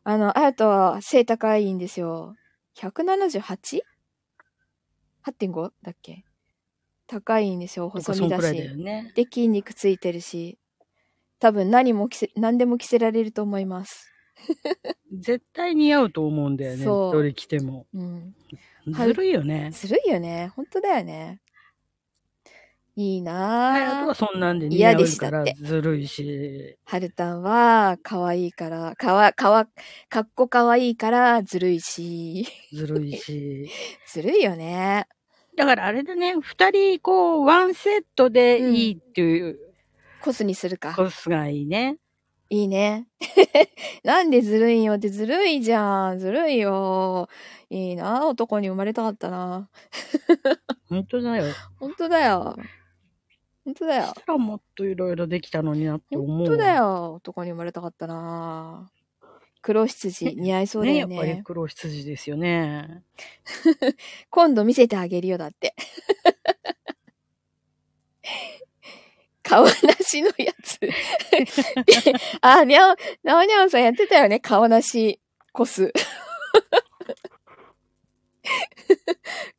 [SPEAKER 1] あの、あやとは背高いんですよ。178?8.5 だっけ高いんですよ。
[SPEAKER 3] やっぱ
[SPEAKER 1] 細
[SPEAKER 3] そ
[SPEAKER 1] 身
[SPEAKER 3] ん
[SPEAKER 1] だ
[SPEAKER 3] く
[SPEAKER 1] し。
[SPEAKER 3] らいだよね。
[SPEAKER 1] で、筋肉ついてるし。多分何も着せ、何でも着せられると思います。
[SPEAKER 3] 絶対似合うと思うんだよね。
[SPEAKER 1] そう
[SPEAKER 3] どれ着ても。
[SPEAKER 1] うん。はい
[SPEAKER 3] ずるいよね。
[SPEAKER 1] ずるいよね。本当だよね。いい
[SPEAKER 3] あや
[SPEAKER 1] なぁ
[SPEAKER 3] とは。そんなんで似合
[SPEAKER 1] 嫌で
[SPEAKER 3] う
[SPEAKER 1] し
[SPEAKER 3] か
[SPEAKER 1] た
[SPEAKER 3] ら
[SPEAKER 1] って
[SPEAKER 3] ずるいし。
[SPEAKER 1] はるたんは、可愛いから、かわ、かわ、かっこ可愛いから、ずるいし。
[SPEAKER 3] ずるいし。
[SPEAKER 1] ずるいよね。
[SPEAKER 3] だからあれだね、二人こう、ワンセットでいいっていう
[SPEAKER 1] コスにするか。
[SPEAKER 3] コースがいいね。
[SPEAKER 1] いいね。 なんでずるいんよってずるいじゃん。ずるいよ。いいな。男に生まれたかったな。
[SPEAKER 3] 本当だよ。そし
[SPEAKER 1] 本当だよ。本当だよ。
[SPEAKER 3] たらもっといろいろできたのになって思う。
[SPEAKER 1] 本当だ。よ。男に生まれたかったな。黒羊似合いそうだ
[SPEAKER 3] ね、や
[SPEAKER 1] よ
[SPEAKER 3] っ
[SPEAKER 1] ね。
[SPEAKER 3] ぱり黒羊ですよね。
[SPEAKER 1] 今度見せてあげるよだって。 顔なしのやつ。 あ、にゃお、なおにゃおさんやってたよね。顔なしコス。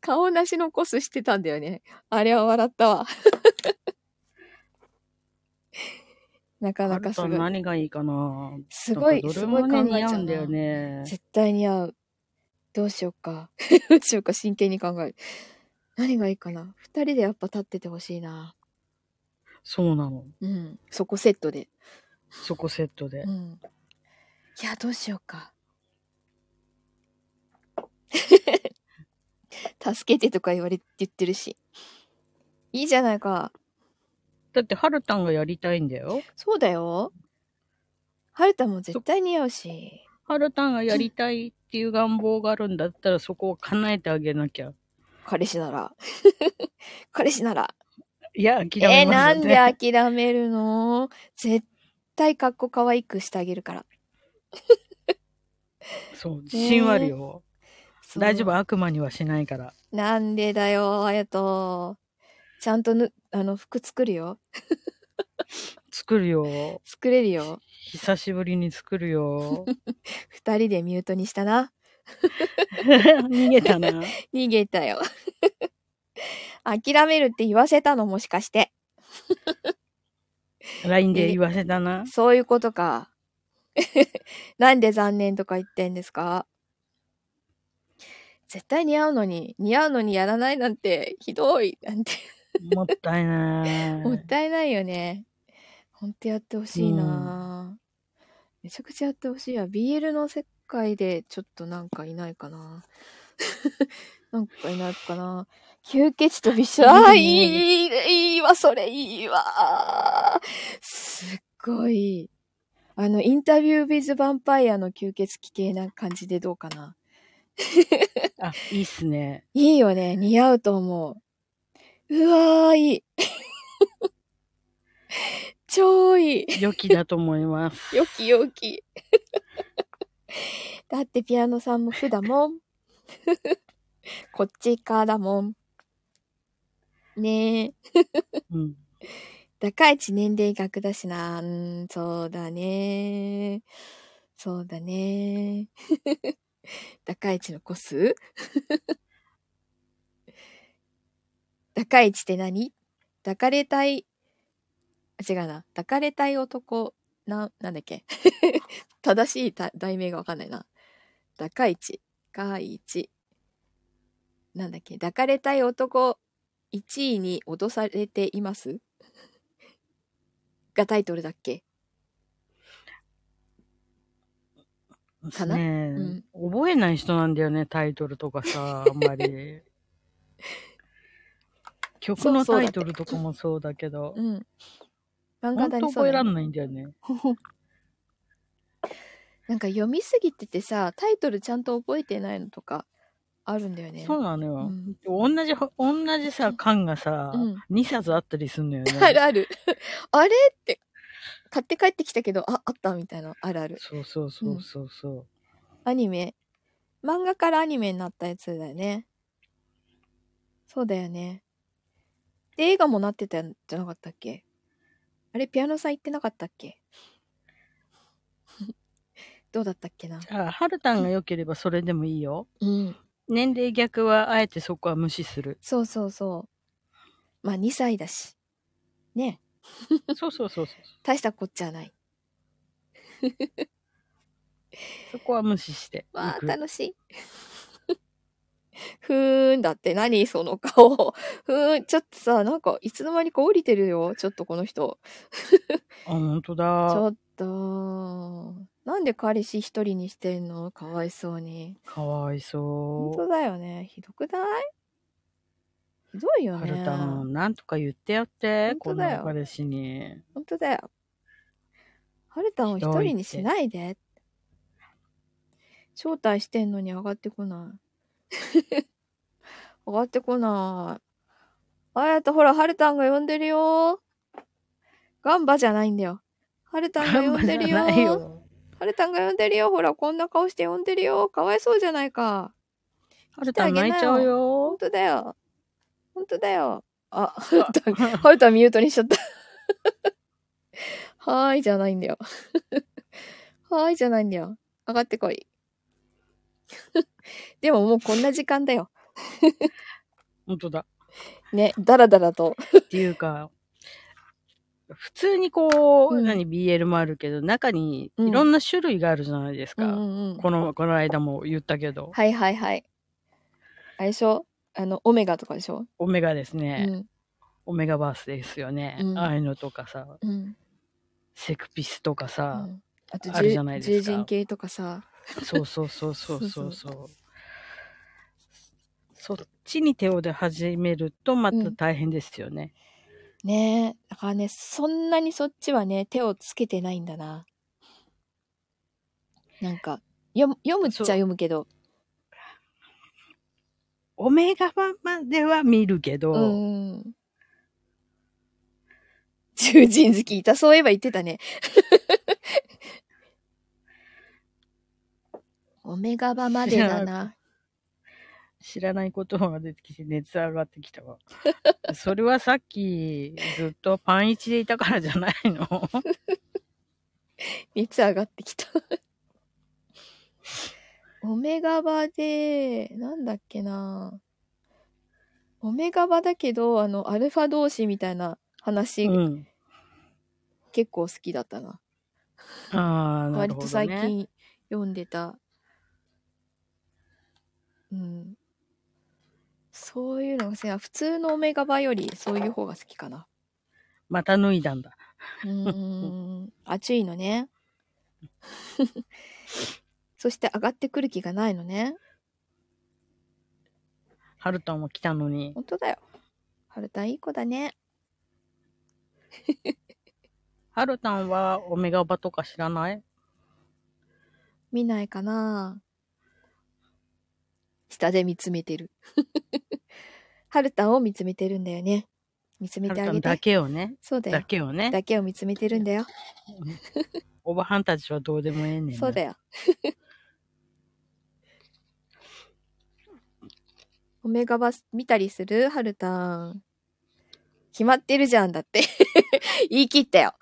[SPEAKER 1] 顔なしのコスしてたんだよね。あれは笑ったわ。 なか
[SPEAKER 3] あ
[SPEAKER 1] な
[SPEAKER 3] な
[SPEAKER 1] かす
[SPEAKER 3] た
[SPEAKER 1] ごい。
[SPEAKER 3] 何がいいかな
[SPEAKER 1] すごい
[SPEAKER 3] なん、
[SPEAKER 1] す
[SPEAKER 3] かど
[SPEAKER 1] ごい
[SPEAKER 3] れも
[SPEAKER 1] 考
[SPEAKER 3] ね、
[SPEAKER 1] え
[SPEAKER 3] 似合
[SPEAKER 1] ちゃ
[SPEAKER 3] う
[SPEAKER 1] うん
[SPEAKER 3] だよ
[SPEAKER 1] な。
[SPEAKER 3] ね。
[SPEAKER 1] 絶対似合う。どうしようか。 どうしようか、真剣に考える。何がいいかな。二人でやっぱ立っててほしいな。
[SPEAKER 3] そうなの。
[SPEAKER 1] うん。そこセットで。
[SPEAKER 3] そこセットで
[SPEAKER 1] う。ん。いや、どうしようか。 助けてとか言われて言ってるし。いいじゃないか。
[SPEAKER 3] だって、はるたんがやりたいんだよ。
[SPEAKER 1] そうだよ。はるたも絶対似合うし。
[SPEAKER 3] はるたんがやりたいっていう願望があるんだったら、そこを叶えてあげなきゃ。
[SPEAKER 1] 彼氏なら。 彼氏なら。
[SPEAKER 3] いや、諦
[SPEAKER 1] えー
[SPEAKER 3] めま
[SPEAKER 1] な
[SPEAKER 3] す
[SPEAKER 1] ん
[SPEAKER 3] ん
[SPEAKER 1] で諦めるの絶対かっこかわいくしてあげるから。
[SPEAKER 3] そう、自信はあるよ。
[SPEAKER 1] そう
[SPEAKER 3] 大丈夫、悪魔にはしないから。
[SPEAKER 1] なんでだよ、あやと。ちゃんとぬ、あの、服作るよ。
[SPEAKER 3] 作るよ。
[SPEAKER 1] 作れるよ。
[SPEAKER 3] 久しぶりに作る よ。
[SPEAKER 1] 二人でミュートにしたな。
[SPEAKER 3] 逃げたな。
[SPEAKER 1] 逃げたよ。 諦めるって言わせたの、もしかして。
[SPEAKER 3] LINE で言わせ たな。
[SPEAKER 1] そういうことか。 なんで残念とか言ってんですか絶対似合うのに、似合うのにやらないなんて、ひどい、なんて。
[SPEAKER 3] もったいない。
[SPEAKER 1] もったいないよね。ほんとやってほしいな、めちゃくちゃやってほしいわ。BL の世界でちょっとなんかいないか ななんかいないかな吸血と美少、あー、いい、いい、いいわ、それいいわ。すっごい。あの、インタビュービズヴァンパイアの吸血鬼系な感じでどうかな
[SPEAKER 3] あ、いいっすね。
[SPEAKER 1] いいよね。似合うと思う。うわー、い い。超いい。
[SPEAKER 3] 良きだと思います。
[SPEAKER 1] よきよき。だってピアノさんも負だもん。こっち側だもん。ねえ。
[SPEAKER 3] うん。
[SPEAKER 1] 高市年齢逆だしな。うーん、そうだね。そうだね。 高市の個数 高市って何抱かれたい、あ違うな。抱かれたい男、な、なんだっけ 正しいた題名がわかんないな。高市、高市。なんだっけ抱かれたい男、1位に脅されていますがタイトルだっけかな
[SPEAKER 3] ねえ、覚えない人なんだよね、タイトルとかさ、あんま り。曲のタイトルとかもそうだけど
[SPEAKER 1] う、ん。漫画
[SPEAKER 3] 本
[SPEAKER 1] だ
[SPEAKER 3] 当
[SPEAKER 1] りそ
[SPEAKER 3] 覚
[SPEAKER 1] う
[SPEAKER 3] え
[SPEAKER 1] だ
[SPEAKER 3] ら
[SPEAKER 1] ね
[SPEAKER 3] んないんだよね。
[SPEAKER 1] なんか読みすぎててさ、タイトルちゃんと覚えてないのとかあるんだよね。
[SPEAKER 3] そうなの
[SPEAKER 1] う
[SPEAKER 3] よ。
[SPEAKER 1] ん
[SPEAKER 3] 同じ、同じさ、缶がさ、
[SPEAKER 1] うん
[SPEAKER 3] 2冊あったりすんのよね。
[SPEAKER 1] あるある。あれって、買って帰ってきたけど、あ、あったみたいな、あるある。
[SPEAKER 3] そうそうそうそうそう。
[SPEAKER 1] アニメ。漫画からアニメになったやつだよね。そうだよね。で、映画もなってたんじゃなかったっけあれ、ピアノさん行ってなかったっけ どうだったっけな
[SPEAKER 3] じゃあ、はるたんが良ければそれでもいいよ。
[SPEAKER 1] うん。。
[SPEAKER 3] 年齢逆は、あえてそこは無視する
[SPEAKER 1] そうそうそう。まあ、2歳だし。ね
[SPEAKER 3] そうそうそうそう。
[SPEAKER 1] 大したこっちゃない。
[SPEAKER 3] そこは無視して。
[SPEAKER 1] わ
[SPEAKER 3] 行
[SPEAKER 1] あ、
[SPEAKER 3] く
[SPEAKER 1] 楽しい。 ふーんだって何その顔。 ふーん、ちょっとさ、なんかいつの間にか降りてるよ。ちょっとこの人。
[SPEAKER 3] あ、ほんと
[SPEAKER 1] ち
[SPEAKER 3] だ。
[SPEAKER 1] ょっと。なんで彼氏一人にしてんのかわいそうに。
[SPEAKER 3] かわ
[SPEAKER 1] 本
[SPEAKER 3] いそ。
[SPEAKER 1] 当だよね。ひどくないひどいうよ
[SPEAKER 3] は
[SPEAKER 1] ね。
[SPEAKER 3] るたん、なんとか言ってやって、
[SPEAKER 1] ほ
[SPEAKER 3] こ
[SPEAKER 1] んとだよ
[SPEAKER 3] の彼氏に。
[SPEAKER 1] 本当だよ。はるたんを一人にしないで。招待してんのに上がってこない。 上がってこない。あやとほら、はるたんが呼んでるよ。ガンバじゃないんだよ。はるたんが呼んでるよ。
[SPEAKER 3] 頑張らない
[SPEAKER 1] はるたんが呼んでるよ。ほら、こんな顔して呼んでるよ。かわいそうじゃないか。
[SPEAKER 3] はるたん泣いちゃう
[SPEAKER 1] 本
[SPEAKER 3] よ。
[SPEAKER 1] 当だよ。本当だよ。あ、はるたんハルタミュートにしちゃった。はーいじゃないんだよ。はーいじゃないんだよ。上がってこい。 でももうこんな時間だよ。
[SPEAKER 3] 本当だ。
[SPEAKER 1] ね、だらだらと。
[SPEAKER 3] っていうか、普通にこう、
[SPEAKER 1] うん
[SPEAKER 3] 何、BL もあるけど、中に
[SPEAKER 1] うん
[SPEAKER 3] いろんな種類があるじゃないです
[SPEAKER 1] う
[SPEAKER 3] か。
[SPEAKER 1] んうんうん。
[SPEAKER 3] この、この間も言ったけど、
[SPEAKER 1] はいはいはい。あれでしょあの、オメガとかでしょ、
[SPEAKER 3] オメガですね。
[SPEAKER 1] うん
[SPEAKER 3] オメガバースですよね。
[SPEAKER 1] うん
[SPEAKER 3] ああいうのとかさ、
[SPEAKER 1] うんうん。
[SPEAKER 3] セクピスとかさ、
[SPEAKER 1] あと
[SPEAKER 3] あるじゃない
[SPEAKER 1] 獣、
[SPEAKER 3] です
[SPEAKER 1] 獣人
[SPEAKER 3] か
[SPEAKER 1] 系とかさ。
[SPEAKER 3] そうそうそうそ
[SPEAKER 1] そ
[SPEAKER 3] うそうう
[SPEAKER 1] そ
[SPEAKER 3] そう。そっちに手を出始めるとまた大変ですよね。
[SPEAKER 1] ねえ。だからね、そんなにそっちはね、手をつけてないんだな。なんか、読む読むっちゃ読むけど。
[SPEAKER 3] オメガ版までは見るけど、
[SPEAKER 1] うん。獣人好きいた、そういえば言ってたね。オメガバまでだな。
[SPEAKER 3] 知らないことが出てきて熱上がってきたわ。 それはさっきずっとパンイチでいたからじゃないの
[SPEAKER 1] 熱上がってきた。オメガバで、なんだっけな。オメガバだけど、あの、アルファ同士みたいな話、
[SPEAKER 3] うん。
[SPEAKER 1] 結構好きだったな。
[SPEAKER 3] ああ、な
[SPEAKER 1] 割
[SPEAKER 3] るほ
[SPEAKER 1] と
[SPEAKER 3] ど、ね。
[SPEAKER 1] 最近読んでた、うんそういうのがせ普通のオメガバよりそういう方が好きかな
[SPEAKER 3] また脱いだんだ。
[SPEAKER 1] うーん 暑いのね そして上がってくる気がないのね
[SPEAKER 3] ハルトンも来たのに。
[SPEAKER 1] 本当だよはるたんいい子だね
[SPEAKER 3] ハルタンはオメガバとか知らない
[SPEAKER 1] 見ないかな下で見つめてる はるたんを見つめてるんだよね見つめ
[SPEAKER 3] ハ
[SPEAKER 1] て
[SPEAKER 3] ル
[SPEAKER 1] あ
[SPEAKER 3] タ
[SPEAKER 1] げ
[SPEAKER 3] ンだ
[SPEAKER 1] て
[SPEAKER 3] けをね。
[SPEAKER 1] そうだよ
[SPEAKER 3] だけをね。
[SPEAKER 1] だけを見つめてるんだよ。
[SPEAKER 3] おばはんたちはどうでもええねんな。
[SPEAKER 1] そうだよ。 オメガバス見たりするはるたん。決まってるじゃんだって 言い切ったよ。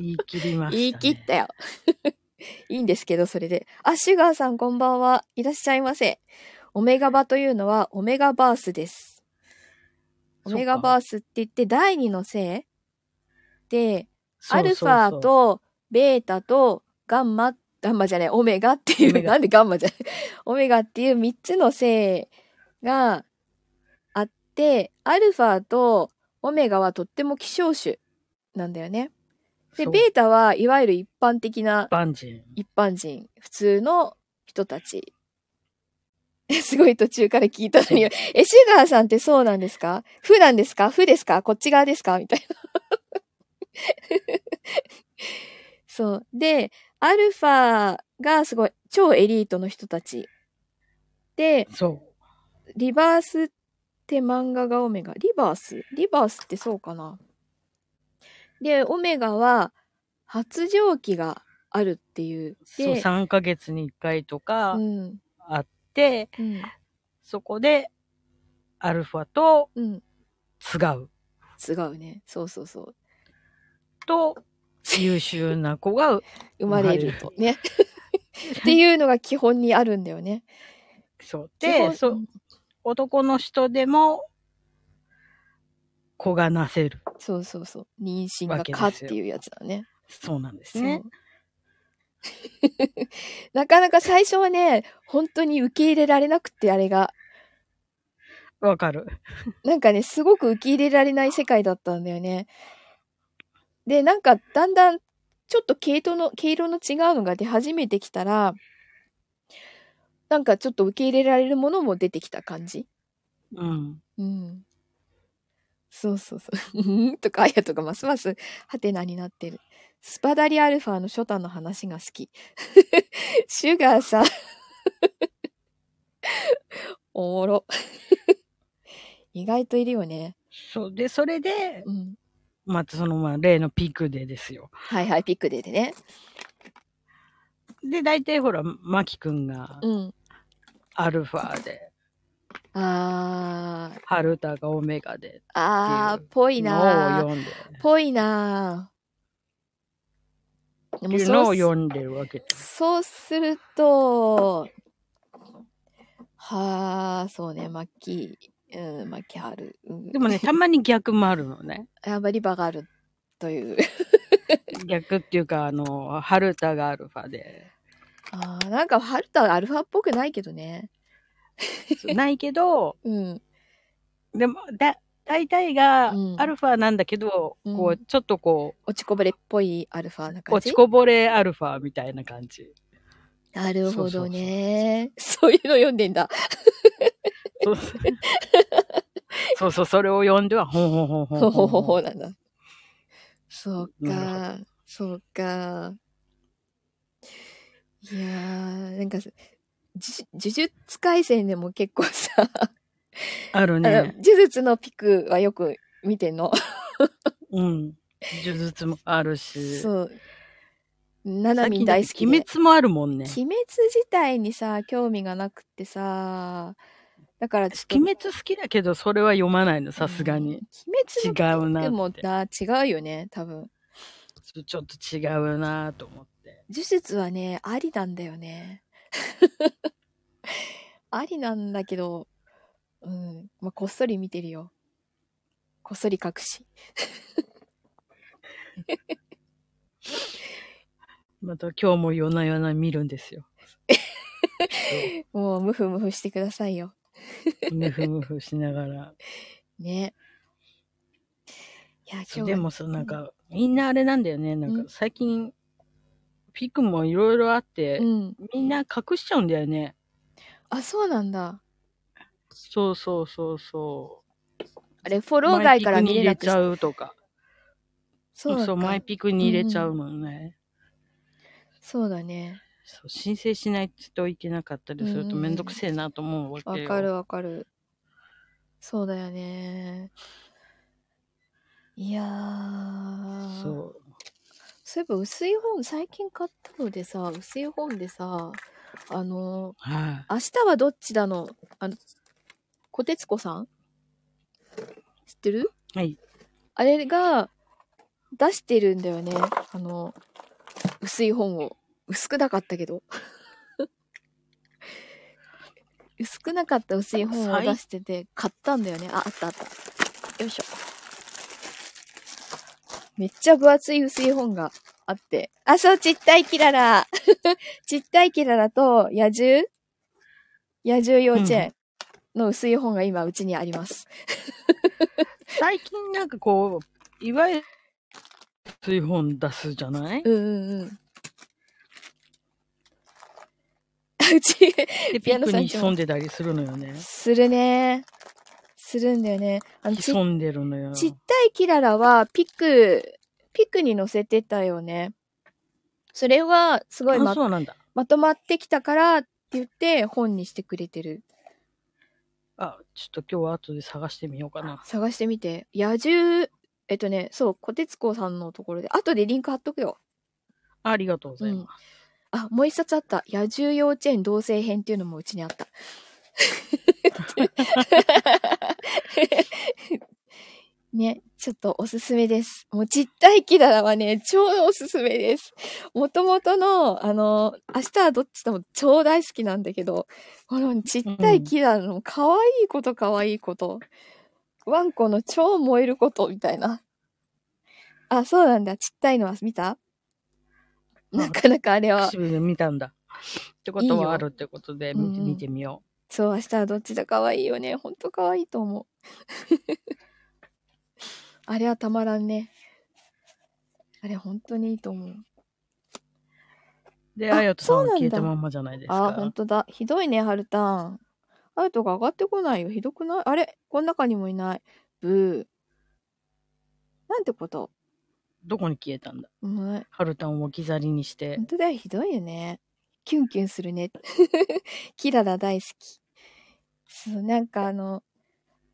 [SPEAKER 3] 言い切りました、ね。
[SPEAKER 1] 言い切ったよ。いいんですけど、それで。あ、シュガーさんこんばんは。いらっしゃいませ。オメガバというのはオメガバースです。オメガバースって言って第二の性で、
[SPEAKER 3] そう
[SPEAKER 1] ア
[SPEAKER 3] そう
[SPEAKER 1] ル
[SPEAKER 3] そ
[SPEAKER 1] フ
[SPEAKER 3] う
[SPEAKER 1] ァ、とベータとガンマ、ガンマじゃない、オメガってい
[SPEAKER 3] オメ
[SPEAKER 1] う、
[SPEAKER 3] ガ
[SPEAKER 1] なんでガンマじゃない、オメガっていう3つの性があって、アルファとオメガはとっても希少種なんだよね。で、
[SPEAKER 3] そう
[SPEAKER 1] ベータはいわゆる一般的な
[SPEAKER 3] バンジー。
[SPEAKER 1] 一般人、普通の人たち。 すごい途中から聞いたのに、え、シュガーさんってそうなんですか不なんですか不ですかこっち側ですかみたいな。 そう。で、アルファがすごい超エリートの人たち。で、
[SPEAKER 3] そ
[SPEAKER 1] リバースって漫画がオメガ。リバースリバースってそうかなで、オメガは発情期があるっていう。
[SPEAKER 3] う。そう、
[SPEAKER 1] で、
[SPEAKER 3] 3ヶ月に1回とか
[SPEAKER 1] うん。
[SPEAKER 3] あって、
[SPEAKER 1] うん。
[SPEAKER 3] そこで、アルファと
[SPEAKER 1] うん。
[SPEAKER 3] 違う。
[SPEAKER 1] 違うね。そうそうそう。
[SPEAKER 3] と、優秀な子が、
[SPEAKER 1] 生まれると。 ね。っていうのが基本にあるんだよね。
[SPEAKER 3] そう。
[SPEAKER 1] 基
[SPEAKER 3] で、
[SPEAKER 1] 本
[SPEAKER 3] そう、男の人でも、子がなせる。
[SPEAKER 1] そうそうそう。妊娠がかっていうやつだね。
[SPEAKER 3] そうなんですね
[SPEAKER 1] そ。う なかなか最初はね、本当に受け入れられなくて、あれが。
[SPEAKER 3] わかる。
[SPEAKER 1] なんかね、すごく受け入れられない世界だったんだよね。で、なんかだんだんちょっと毛糸の、毛色の違うのが出始めてきたら、なんかちょっと受け入れられるものも出てきた感じ。
[SPEAKER 3] うん。
[SPEAKER 1] うん。そうそうそう。うん とか、あやとか、ますます、ハテナになってる。スパダリアルファの初段の話が好き。 シュガーさん。 おもろ。 意外といるよね。
[SPEAKER 3] そう。で、それで、
[SPEAKER 1] うん。
[SPEAKER 3] またその、まあ、例のピークでですよ。
[SPEAKER 1] はいはい、ピックデーでね。
[SPEAKER 3] で、大体ほら、マキ君が
[SPEAKER 1] うん。
[SPEAKER 3] アルファで、
[SPEAKER 1] あー、
[SPEAKER 3] ハルタがオメガで、
[SPEAKER 1] あー、ぽい
[SPEAKER 3] のを
[SPEAKER 1] なー。
[SPEAKER 3] 読んで、
[SPEAKER 1] ぽいなー。で
[SPEAKER 3] っていうのを読んでるわけです。
[SPEAKER 1] そうすると、はあ、そうね、マッキー、うん、マッキーハル。うん、
[SPEAKER 3] でもね、たまに逆もあるのね。
[SPEAKER 1] やっぱリバがあるという。
[SPEAKER 3] 逆っていうか、あの、ハルタがアルファで、
[SPEAKER 1] ああ、なんかハルタアルファっぽくないけどね。
[SPEAKER 3] ないけど、
[SPEAKER 1] うん。
[SPEAKER 3] でも、だ、大体が
[SPEAKER 1] う、ん
[SPEAKER 3] アルファなんだけど、
[SPEAKER 1] うん
[SPEAKER 3] こう、ちょっとこ
[SPEAKER 1] 落ちこぼれっぽいアルファな
[SPEAKER 3] う、
[SPEAKER 1] 感
[SPEAKER 3] 落
[SPEAKER 1] じ。
[SPEAKER 3] ちこぼれアルファみたいな感じ。
[SPEAKER 1] なるほどね。そういうの読んでんだ。
[SPEAKER 3] そうそうそうそう、それを読んでは、ほんほんほんほん
[SPEAKER 1] ほ
[SPEAKER 3] ほ
[SPEAKER 1] ほほ
[SPEAKER 3] んほ
[SPEAKER 1] ほ
[SPEAKER 3] んほん。
[SPEAKER 1] なんだ。そう
[SPEAKER 3] な
[SPEAKER 1] か、そうか。いやー、なんかさ、呪呪術廻戦でも結構さ、
[SPEAKER 3] ある
[SPEAKER 1] あの
[SPEAKER 3] ね。
[SPEAKER 1] 呪術のピクはよく見てんの。
[SPEAKER 3] うん。呪術もあるし。
[SPEAKER 1] そう。なな
[SPEAKER 3] 最
[SPEAKER 1] み
[SPEAKER 3] 近
[SPEAKER 1] ん
[SPEAKER 3] だっ
[SPEAKER 1] 大
[SPEAKER 3] て
[SPEAKER 1] 好きで。
[SPEAKER 3] 鬼滅もあるもんね。
[SPEAKER 1] 鬼滅自体にさ、興味がなくってさ、だからちょっと。
[SPEAKER 3] 鬼滅好きだけど、それは読まないの、さすが
[SPEAKER 1] うん
[SPEAKER 3] に。。
[SPEAKER 1] 鬼滅のピクも
[SPEAKER 3] 違う
[SPEAKER 1] な、違うよね、多分。
[SPEAKER 3] ちょちょっと違うなと思って。
[SPEAKER 1] 呪術はね、ありなんだよね。 ありなんだけど、うん、まあ、こっそり見てるよ。こっそり隠し。
[SPEAKER 3] また今日も夜な夜な見るんで すよ。
[SPEAKER 1] もう、ムフムフしてくださいよ。
[SPEAKER 3] ムフムフしながら。
[SPEAKER 1] ね。いや、今日
[SPEAKER 3] そう
[SPEAKER 1] は
[SPEAKER 3] でもさ、なんか、みんなあれなんだよね。なん
[SPEAKER 1] う
[SPEAKER 3] か、最近、ピクもいろいろあって
[SPEAKER 1] う、ん。
[SPEAKER 3] みんな隠しちゃうんだよね。
[SPEAKER 1] あ、そうなんだ。
[SPEAKER 3] そうそうそうそう。
[SPEAKER 1] あれ、フォロー外から
[SPEAKER 3] マイ
[SPEAKER 1] 見
[SPEAKER 3] ピク
[SPEAKER 1] れ
[SPEAKER 3] に入
[SPEAKER 1] な
[SPEAKER 3] れ
[SPEAKER 1] く
[SPEAKER 3] ちゃうとか。
[SPEAKER 1] そ
[SPEAKER 3] そうう
[SPEAKER 1] か
[SPEAKER 3] そう、マイピクに入れちゃうもんね。
[SPEAKER 1] そうだね。
[SPEAKER 3] そう申請しないといけなかったりすると
[SPEAKER 1] うん
[SPEAKER 3] めんどくせえなと思うわけ
[SPEAKER 1] わ
[SPEAKER 3] よ。
[SPEAKER 1] かるわかる。そうだよね。いやー。
[SPEAKER 3] そう。
[SPEAKER 1] そういえば薄い本最近買ったのでさ薄い本でさあの
[SPEAKER 3] はい
[SPEAKER 1] 「明日はどっちだの」あの小徹子さん知ってる
[SPEAKER 3] はい。
[SPEAKER 1] あれが出してるんだよね。あの、薄い本を。薄くなかったけど。 薄くなかった薄い本を出してて、買ったんだよね。あ、あったあった。よいしょ。めっちゃ分厚い薄い本があって。あ、そう、ちったいキララ。 ちったいキララと野獣野獣幼稚園の薄い本が今うちにあります。
[SPEAKER 3] 最近なんかこう、いわゆる、水本出すじゃない
[SPEAKER 1] うんうんうん。あうち、
[SPEAKER 3] で、
[SPEAKER 1] ピ
[SPEAKER 3] ピ
[SPEAKER 1] アノ
[SPEAKER 3] ン
[SPEAKER 1] さ
[SPEAKER 3] ク
[SPEAKER 1] ん
[SPEAKER 3] に潜んでたりするのよね。
[SPEAKER 1] するね。するんだよね。あの、ち、
[SPEAKER 3] 潜んでるのよ。
[SPEAKER 1] ちったいキララはピク、ピクに乗せてたよね。それは、すごい
[SPEAKER 3] あ、
[SPEAKER 1] ま、
[SPEAKER 3] そうなんだ。
[SPEAKER 1] まとまってきたからって言って本にしてくれてる。
[SPEAKER 3] あ、ちょっと今日は後で探してみようかな。
[SPEAKER 1] 探してみて。野獣、えっとね、そう、小鉄子さんのところで、後でリンク貼っとくよ。
[SPEAKER 3] ありがとうございます。
[SPEAKER 1] あ、もう一冊あった。野獣幼稚園同棲編っていうのもうちにあっ た。ね、ちょっとおすすめです。もう実体キララはね、超おすすめです。もともとの、あの、明日はどっちとも超大好きなんだけど、この実体キララの可愛いこと可愛いこと、ワンコの超燃えることみたいな。あ、そうなんだ。ちったいのは見た
[SPEAKER 3] うん
[SPEAKER 1] なかなかあれは。
[SPEAKER 3] 唇で見たんだ。ってこと
[SPEAKER 1] いいよ
[SPEAKER 3] はあるってことで、見て
[SPEAKER 1] うんうん
[SPEAKER 3] 見てみよ
[SPEAKER 1] そう、明日はどっちだ可愛いよね。ほんと可愛いと思う。 あれはたまらんね。あれ本当にいいと思う。
[SPEAKER 3] う。で、
[SPEAKER 1] あ
[SPEAKER 3] あやとさんは
[SPEAKER 1] そうなんだ
[SPEAKER 3] 消えたまんまじゃないです
[SPEAKER 1] ああー、ほん
[SPEAKER 3] か。
[SPEAKER 1] とだ。ひどいね、ハルタン。ハルトが上がってこないよ。ひどくないあれこの中にもいない。ブー。なんてこと。
[SPEAKER 3] どこに消えたんだ
[SPEAKER 1] うん、
[SPEAKER 3] ハルタンを置き去りにして
[SPEAKER 1] 本。当だよ、ひどいよね。キュンキュンするね。 キララ大好き。そう、なんかあの、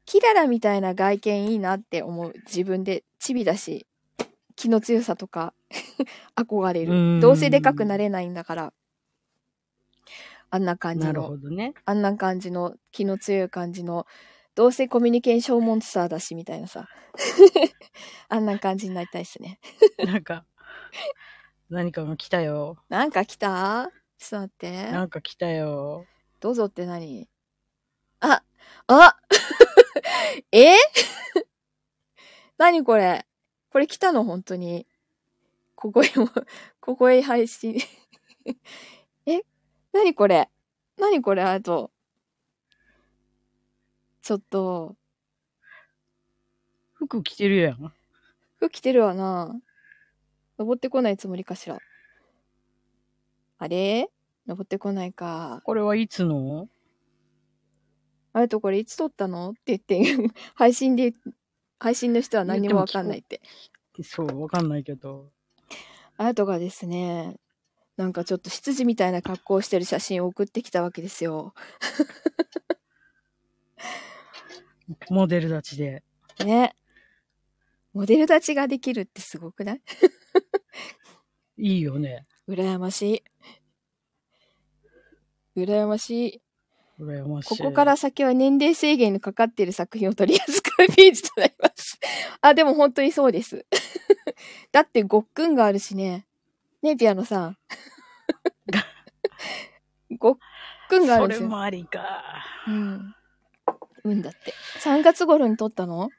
[SPEAKER 1] キララみたいな外見いいなって思う。自分で、チビだし、気の強さとか、 憧れ
[SPEAKER 3] うー
[SPEAKER 1] る。
[SPEAKER 3] ん
[SPEAKER 1] どうせでかくなれないんだから。あんな感じ
[SPEAKER 3] なる
[SPEAKER 1] の
[SPEAKER 3] ほ、どね。
[SPEAKER 1] あんな感じの、気の強い感じの、どうせコミュニケーションモンスターだし、みたいな さ。あんな感じになりたいっすね。
[SPEAKER 3] なんか、何かが来たよ。
[SPEAKER 1] なんか来たちょっと待って。
[SPEAKER 3] なんか来たよ。
[SPEAKER 1] どうぞって何あ、あ え 何これこれ来たの本当に。ここへも、 ここへ配信。 え何これ何これあと。ちょっと、
[SPEAKER 3] 服着てるやん。
[SPEAKER 1] 服着てるわな。登ってこないつもりかしら。あれ登ってこないか。
[SPEAKER 3] これはいつの
[SPEAKER 1] あれとこれいつ撮ったのって言って、 配信で、配信の人は何にもわかんないって。
[SPEAKER 3] そう、わかんないけど。
[SPEAKER 1] あれとがですね、なんかちょっと執事みたいな格好をしてる写真を送ってきたわけですよ。
[SPEAKER 3] モデル立ちで。
[SPEAKER 1] ね。モデル立ちができるってすごくない
[SPEAKER 3] いいよね。
[SPEAKER 1] 羨ましい。羨ましい。
[SPEAKER 3] 羨ましい。
[SPEAKER 1] ここから先は年齢制限のかかっている作品を取り扱うページとなります。 あ、でも本当にそうです。 だってごっくんがあるしね。ね、ピアノさん。 ごっくんがあるんです
[SPEAKER 3] それ
[SPEAKER 1] よ。
[SPEAKER 3] もありか。
[SPEAKER 1] うん。うんだって。3月頃に撮ったの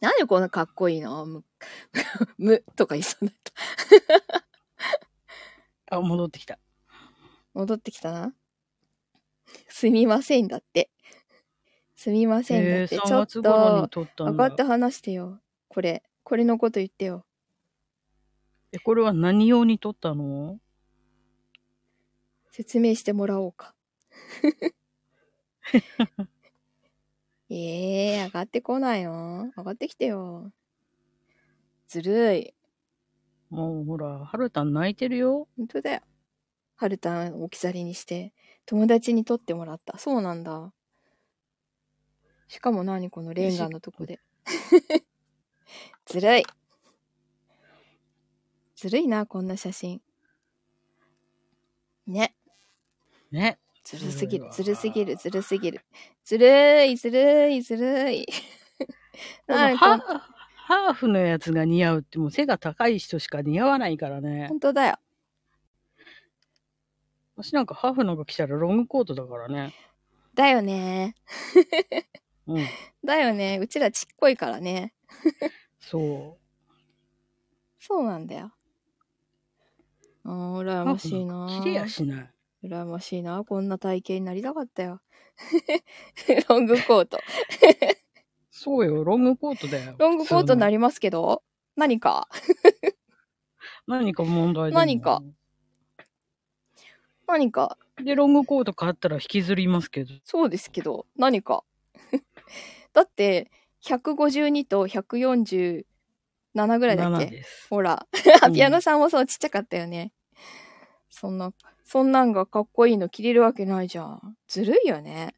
[SPEAKER 1] なんでこんなかっこいいのむ、 む、とか言いそうになった。
[SPEAKER 3] あ、戻ってきた。
[SPEAKER 1] 戻ってきたな。すみませんだって。すみませんだ
[SPEAKER 3] え
[SPEAKER 1] っ
[SPEAKER 3] ー、
[SPEAKER 1] て。
[SPEAKER 3] 3
[SPEAKER 1] ちょっ
[SPEAKER 3] 月頃
[SPEAKER 1] と
[SPEAKER 3] に、撮った
[SPEAKER 1] 分
[SPEAKER 3] ん
[SPEAKER 1] か
[SPEAKER 3] だ。
[SPEAKER 1] って話してよ。これ。これのこと言ってよ。
[SPEAKER 3] え、これは何用に撮ったの
[SPEAKER 1] 説明してもらおうか。ええー、上がってこないの上がってきてよ。ずるい。
[SPEAKER 3] もうほら、はるたん泣いてるよ。
[SPEAKER 1] 本当だよ。はるたんを置き去りにして、友達に取ってもらった。そうなんだ。しかも何このレンガのとこで。 ずるい。ずるいな、こんな写真。ね。
[SPEAKER 3] ね。
[SPEAKER 1] ずるすぎる、ず
[SPEAKER 3] ずる
[SPEAKER 1] る
[SPEAKER 3] いわ
[SPEAKER 1] すぎる、ずるすぎる。ずるい、ずるい、ずるい。
[SPEAKER 3] こ
[SPEAKER 1] は
[SPEAKER 3] の
[SPEAKER 1] い
[SPEAKER 3] ハーハーフのやつが似合うってもう背が高い人しか似合わないからね。
[SPEAKER 1] 本当だよ。
[SPEAKER 3] 私なんかハーフなんか着たらロングコートだからね。
[SPEAKER 1] だよね。
[SPEAKER 3] うん。
[SPEAKER 1] だよね。うちらちっこいからね。
[SPEAKER 3] そ
[SPEAKER 1] そうなんだよ。あー、
[SPEAKER 3] う。
[SPEAKER 1] 羨ましいな
[SPEAKER 3] ハーフんか着れやしない。
[SPEAKER 1] 羨ましいなこんな体型になりたかったよ。 ロングコート。
[SPEAKER 3] そうよ、ロングコートだよ。
[SPEAKER 1] ロングコートにな
[SPEAKER 3] り。
[SPEAKER 1] りますけど何か
[SPEAKER 3] 何か問題でも
[SPEAKER 1] 何か。何か
[SPEAKER 3] で、ロングコート買ったら引きずりますけど。
[SPEAKER 1] そうですけど、何か。 だって、152と147ぐらいだっ
[SPEAKER 3] 7
[SPEAKER 1] け
[SPEAKER 3] です。
[SPEAKER 1] ほら
[SPEAKER 3] う。ん
[SPEAKER 1] ピアノさんもそうちっちゃかったよね。そんな、そんなんがかっこいいの着れるわけないじゃん。ずるいよね。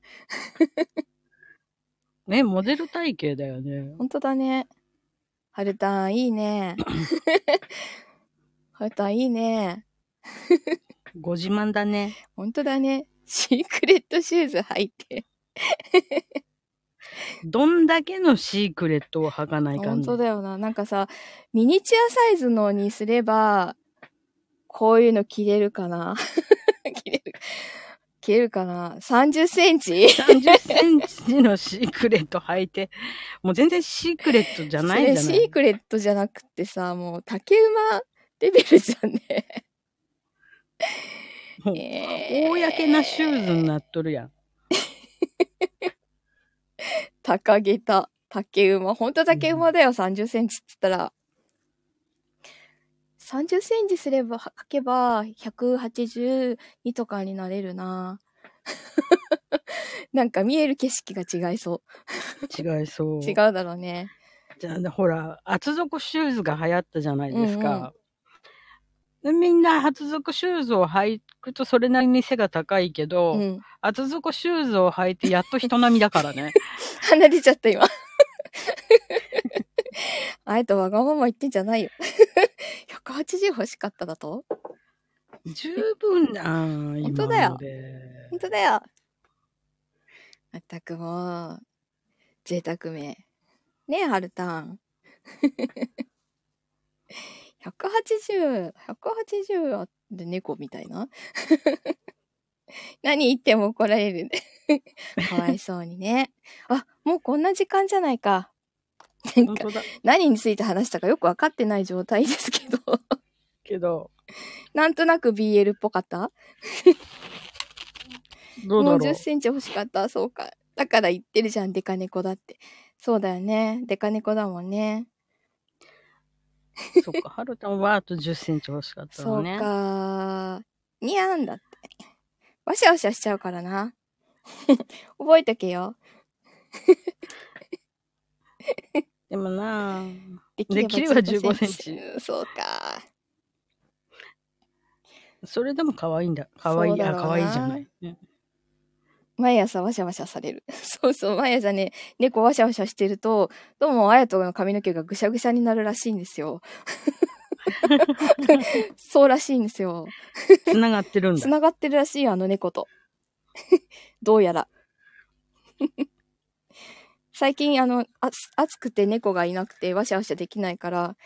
[SPEAKER 3] ね、モデル体型だよね。
[SPEAKER 1] ほんとだね。はるたん、いいね。はるたん、いいね。
[SPEAKER 3] ご自慢だね。
[SPEAKER 1] ほんとだね。シークレットシューズ履いて。
[SPEAKER 3] どんだけのシークレットを履かないか
[SPEAKER 1] 本
[SPEAKER 3] ん
[SPEAKER 1] 当
[SPEAKER 3] の
[SPEAKER 1] だよな。なんかさ、ミニチュアサイズのにすれば、こういうの着れるかな着れる。着れるかな ?30 センチ
[SPEAKER 3] 30センチのシークレット履いて、もう全然シークレットじゃないじゃ
[SPEAKER 1] そ
[SPEAKER 3] な
[SPEAKER 1] れシー
[SPEAKER 3] い。
[SPEAKER 1] クレットじゃなくてさ、もう竹馬レベルじゃんね。
[SPEAKER 3] もう
[SPEAKER 1] え
[SPEAKER 3] 公なシューズになっとるやん。
[SPEAKER 1] 高げた、竹馬。ほんと竹馬だよ、30センチって言ったら。30センチすれば、は書けば、182とかになれるな なんか見える景色が違いそ
[SPEAKER 3] 違いそう。
[SPEAKER 1] う。違うだろうね。
[SPEAKER 3] じゃあほら、厚底シューズが流行ったじゃないですか。でみんな厚底シューズを履くとそれなりに背が高いけど、
[SPEAKER 1] うん。
[SPEAKER 3] 厚底シューズを履いてやっと人並みだからね。
[SPEAKER 1] 離れちゃった、今。 あえてわがまま言ってんじゃないよ。180欲しかっただと
[SPEAKER 3] 十分だ。本
[SPEAKER 1] 本当だよ
[SPEAKER 3] よ
[SPEAKER 1] 本当だよ。まったくもう、贅沢め。ねえ、はるた ん。180、180あって猫みたいな 何言っても怒られる。 かわいそうにね。あ、もうこんな時間じゃないか。なん
[SPEAKER 3] 本
[SPEAKER 1] か
[SPEAKER 3] 当だ
[SPEAKER 1] 何について話したかよくわかってない状態ですけど。
[SPEAKER 3] けど、
[SPEAKER 1] なんとなく BL っぽかった
[SPEAKER 3] どうだ
[SPEAKER 1] もう
[SPEAKER 3] ろ
[SPEAKER 1] 10
[SPEAKER 3] う。
[SPEAKER 1] センチ欲しかった。そうか。だから言ってるじゃん、デカ猫だって。そうだよね。デカ猫だもんね。
[SPEAKER 3] そっか、はるたんはあと10センチ欲しかった
[SPEAKER 1] そ
[SPEAKER 3] の
[SPEAKER 1] う
[SPEAKER 3] ね。
[SPEAKER 1] か。にゃーんだって。わしゃわしゃしちゃうからな。 覚えとけよ。
[SPEAKER 3] でもなあ
[SPEAKER 1] で
[SPEAKER 3] できれば15センチ
[SPEAKER 1] うんそうか。
[SPEAKER 3] それでも可愛いんだ。可愛
[SPEAKER 1] そう
[SPEAKER 3] い、
[SPEAKER 1] だ
[SPEAKER 3] あ、
[SPEAKER 1] ろうな
[SPEAKER 3] 可愛いじゃない。ね
[SPEAKER 1] 毎朝わしゃわしゃされる。 そうそう、毎朝ね、猫わしゃわしゃしてると、どうもあやとの髪の毛がぐしゃぐしゃになるらしいんです よ。そうらしいんですよ。
[SPEAKER 3] 繋がってるんだ
[SPEAKER 1] つ。ながってるらしいよあの猫と どうやら 最近あのあ暑くて猫がいなくてわしゃわしゃできないから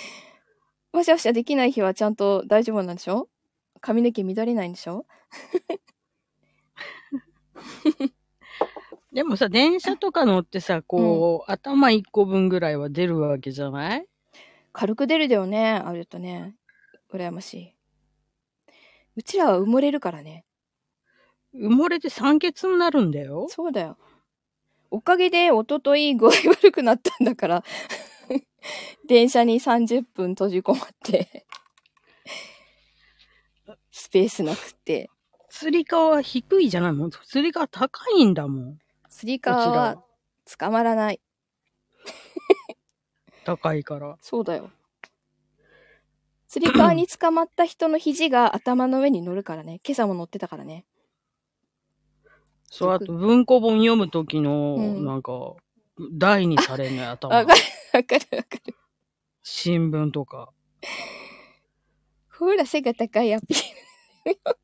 [SPEAKER 1] わしゃわしゃできない日はちゃんと大丈夫なんでしょ髪の毛乱れないんでしょ
[SPEAKER 3] でもさ、電車とか乗ってさ、こう、頭一個分ぐらいは出るわけじゃない
[SPEAKER 1] 軽く出るだよねあれとね羨ましいうちらは埋もれるからね
[SPEAKER 3] 埋もれて酸欠になるんだよ。
[SPEAKER 1] そうだよおかげで一昨日具合 悪くなったんだから 電車に30分閉じこま ってスペースなくって
[SPEAKER 3] 釣り革は低いじゃないもん。釣り革高いんだもん。
[SPEAKER 1] つり革は捕まらない
[SPEAKER 3] 高いから。
[SPEAKER 1] そうだよつり革に捕まった人の肘が頭の上に乗るからね今朝も乗ってたからね
[SPEAKER 3] そう、あと文庫本読むときの、
[SPEAKER 1] うん
[SPEAKER 3] なんか、台にされんのよ、頭
[SPEAKER 1] わ。かるわかるわかる
[SPEAKER 3] 新聞とか。
[SPEAKER 1] ほら背が高いアピール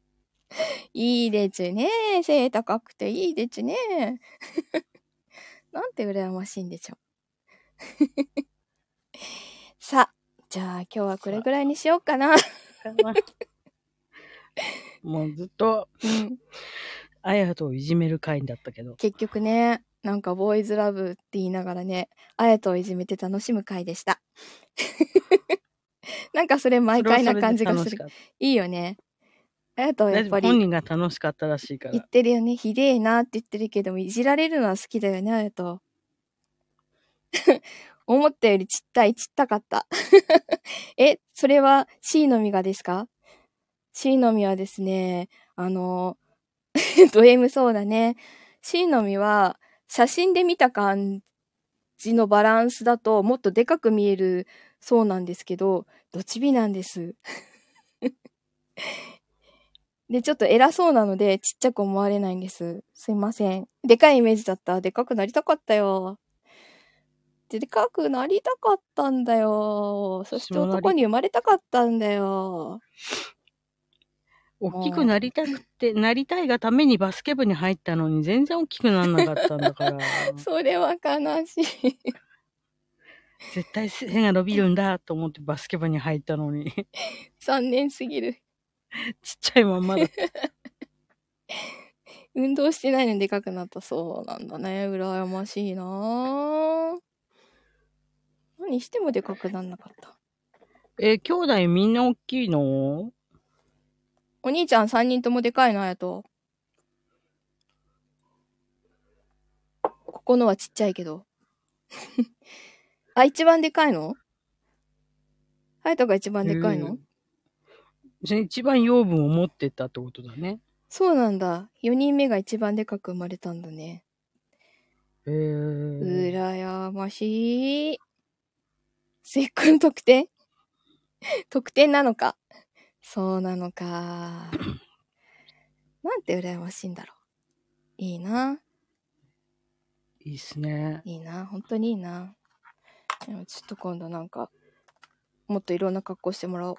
[SPEAKER 1] いいでちゅね背高くていいでちゅねなんって羨ましいんでしょ。 さあ、じゃあ今日はこれぐらいにしようかな。
[SPEAKER 3] もうずっと、
[SPEAKER 1] うん
[SPEAKER 3] あやとをいじめる回だったけど。
[SPEAKER 1] 結局ね、なんかボーイズラブって言いながらね、あやとをいじめて楽しむ回でした。 なんかそれ毎回な感じがする。
[SPEAKER 3] る。
[SPEAKER 1] いいよね。あやとはや
[SPEAKER 3] 大
[SPEAKER 1] っ
[SPEAKER 3] 丈
[SPEAKER 1] ぱ
[SPEAKER 3] 夫本
[SPEAKER 1] り
[SPEAKER 3] 人が楽しかったらしいか
[SPEAKER 1] 言っ
[SPEAKER 3] ら。
[SPEAKER 1] てるよね。ひでえなって言ってるけども、いじられるのは好きだよね、あやと。 思ったよりちったい、ちったかった。 え、それは C の実がですか ?C の実はですね、あの、 ド M そうだね。C の実は、写真で見た感じのバランスだと、もっとでかく見えるそうなんですけど、どちびなんです。 で、ちょっと偉そうなので、ちっちゃく思われないんです。すいません。でかいイメージだった。でかくなりたかったよ。ででかくなりたかったんだよ。そして男に生まれたかったんだよ。
[SPEAKER 3] 大きくなりたくて、なりたいがためにバスケ部に入ったのに全然大きくならなかったんだから。
[SPEAKER 1] それは悲しい。
[SPEAKER 3] 絶対背が伸びるんだと思ってバスケ部に入ったのに。
[SPEAKER 1] 残念すぎる。
[SPEAKER 3] ちっちゃいまんま だった。
[SPEAKER 1] 運動してないのにでかくなったそうなんだね。羨ましいなぁ何してもでかくなんなかった。
[SPEAKER 3] えー、兄弟みんな大きいの
[SPEAKER 1] お兄ちゃん3人ともでかいの、あやと。ここのはちっちゃいけど。 あ、一番でかいのあやとが一番でかいの、
[SPEAKER 3] うんじゃ一番養分を持ってたってことだね。
[SPEAKER 1] そうなんだ。4人目が一番でかく生まれたんだね。
[SPEAKER 3] えー
[SPEAKER 1] うらやましい。せっくん得 点得点なのか。そうなのか。なんてうらやましいんだろう。いいな。
[SPEAKER 3] いいっすね。
[SPEAKER 1] いいな。本当にいいな。でもちょっと今度なんか、もっといろんな格好してもらおう。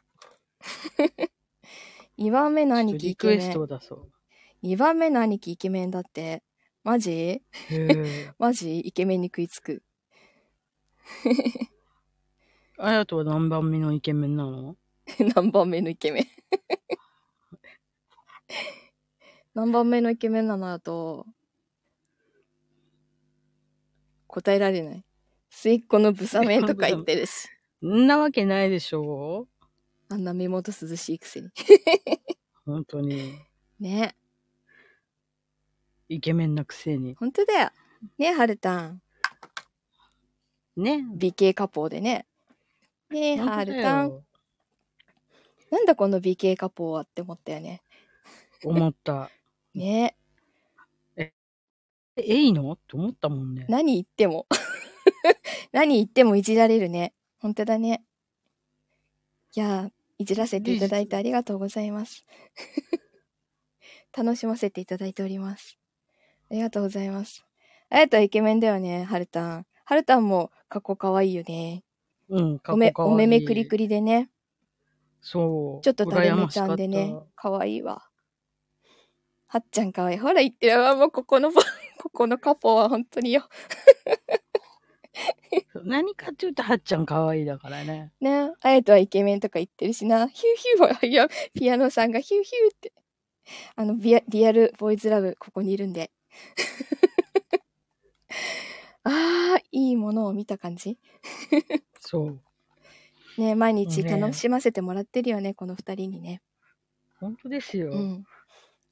[SPEAKER 1] 2番目の
[SPEAKER 3] ちょ
[SPEAKER 1] 兄
[SPEAKER 3] っと
[SPEAKER 1] 貴イ
[SPEAKER 3] リ
[SPEAKER 1] ケ
[SPEAKER 3] クエ
[SPEAKER 1] メ
[SPEAKER 3] ス
[SPEAKER 1] ン。
[SPEAKER 3] トだそう。
[SPEAKER 1] 2番目の兄貴イケメンだって。マジ
[SPEAKER 3] へ ー
[SPEAKER 1] マジイケメンに食いつく。
[SPEAKER 3] あやとは何番目のイケメンなの
[SPEAKER 1] 何番目のイケメン 何番目のイケメンなのだと答えられない末っ子のブサメンとか言ってるし
[SPEAKER 3] んなわけないでしょ
[SPEAKER 1] あんな目元涼しいくせに
[SPEAKER 3] 本当に。
[SPEAKER 1] ね
[SPEAKER 3] イケメンなくせに。
[SPEAKER 1] 本当だよねはるたん
[SPEAKER 3] ね。
[SPEAKER 1] 美形加工でねねえ
[SPEAKER 3] 本当
[SPEAKER 1] は
[SPEAKER 3] だ
[SPEAKER 1] る
[SPEAKER 3] よ
[SPEAKER 1] たんなんだこの美形加工はって思ったよね
[SPEAKER 3] 思った。
[SPEAKER 1] ね
[SPEAKER 3] え、えいのって思ったもんね。
[SPEAKER 1] 何言っても 何言ってもいじられるね本当だねいやーいじらせていただいてありがとうございます 楽しませていただいておりますありがとうございますあやとはイケメンだよねはるたんはるたんも過去かわいいよね
[SPEAKER 3] うん、か
[SPEAKER 1] お
[SPEAKER 3] っ
[SPEAKER 1] め
[SPEAKER 3] こかわいい
[SPEAKER 1] おめめくりくりでね
[SPEAKER 3] そう。
[SPEAKER 1] ちょっと垂れ
[SPEAKER 3] 羨
[SPEAKER 1] 目
[SPEAKER 3] まし
[SPEAKER 1] ち
[SPEAKER 3] か
[SPEAKER 1] ゃ
[SPEAKER 3] った
[SPEAKER 1] んでねかわいいわはっちゃんかわいいほら言ってるわもうここのここのカポは本当によ
[SPEAKER 3] 何かっていうと、はっちゃん可愛いだからね。
[SPEAKER 1] ねあやとはイケメンとか言ってるしな。ヒューヒューは、いや、ピアノさんがヒューヒューって。あの、ビアリアルボーイズラブ、ここにいるんで。 ああ、いいものを見た感じ。
[SPEAKER 3] そう。
[SPEAKER 1] ね毎日
[SPEAKER 3] ね
[SPEAKER 1] 楽しませてもらってるよね、この二人にね。
[SPEAKER 3] 本当ですよ。
[SPEAKER 1] うん。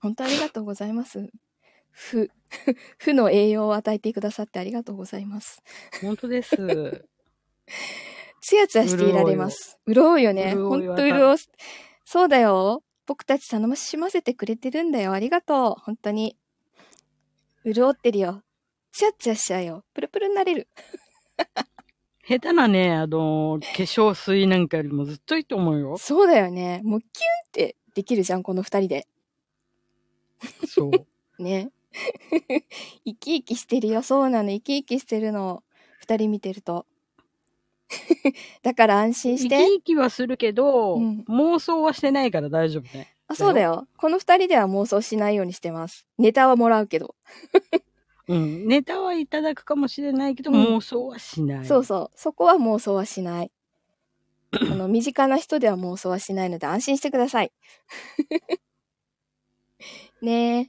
[SPEAKER 1] 本当ありがとうございます。ふ、 ふの栄養を与えてくださってありがとうございます。
[SPEAKER 3] 本当です。
[SPEAKER 1] つやつやしていられます。潤うよね。ほ
[SPEAKER 3] 潤
[SPEAKER 1] ん
[SPEAKER 3] いは
[SPEAKER 1] と潤す。そうだよ。僕たち頼ましませてくれてるんだよ。ありがとう。本当に。潤ってるよ。つやつやしちゃうよ。プルプルになれる。
[SPEAKER 3] 下手なね、あの、化粧水なんかよりもずっといいと思うよ。
[SPEAKER 1] そうだよね。もうキュンってできるじゃん、この二人で。
[SPEAKER 3] そう。
[SPEAKER 1] ね。 生き生きしてるよ。そうなの。生き生きしてるの。二人見てると。 だから安心
[SPEAKER 3] 生
[SPEAKER 1] し
[SPEAKER 3] き
[SPEAKER 1] て。
[SPEAKER 3] 生きはするけど、
[SPEAKER 1] うん
[SPEAKER 3] 妄想はしてないから大丈夫ね。
[SPEAKER 1] あ、そうだよ。この二人では妄想しないようにしてます。ネタはもらうけど。
[SPEAKER 3] うん。ネタはいただくかもしれないけど、
[SPEAKER 1] うん
[SPEAKER 3] 妄想はしない。
[SPEAKER 1] そうそう。そこは妄想はしない。あの、身近な人では妄想はしないので安心してください。 ねえ。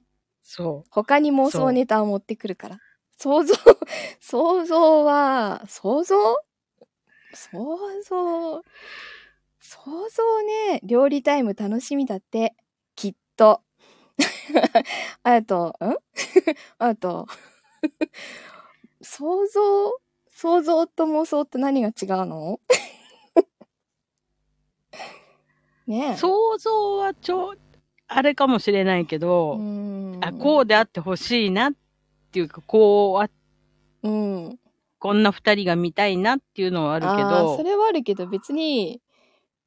[SPEAKER 3] そ
[SPEAKER 1] 他に妄
[SPEAKER 3] そう
[SPEAKER 1] 想ネタを持ってくるから。想像、 想像は、想像想像、想像ね、料理タイム楽しみだって、きっと。 あやと、ん あやと、想像、想像と妄想って何が違うの ね
[SPEAKER 3] う。
[SPEAKER 1] え。
[SPEAKER 3] 想像はちょ、あれかもしれないけ
[SPEAKER 1] う
[SPEAKER 3] ど、
[SPEAKER 1] ん。
[SPEAKER 3] あ、こうであってほしいなっていうか、こうあ、
[SPEAKER 1] う。うん。
[SPEAKER 3] こんな二人が見たいなっていうのはあるけ
[SPEAKER 1] あーそ
[SPEAKER 3] ど、
[SPEAKER 1] れはあるけど別に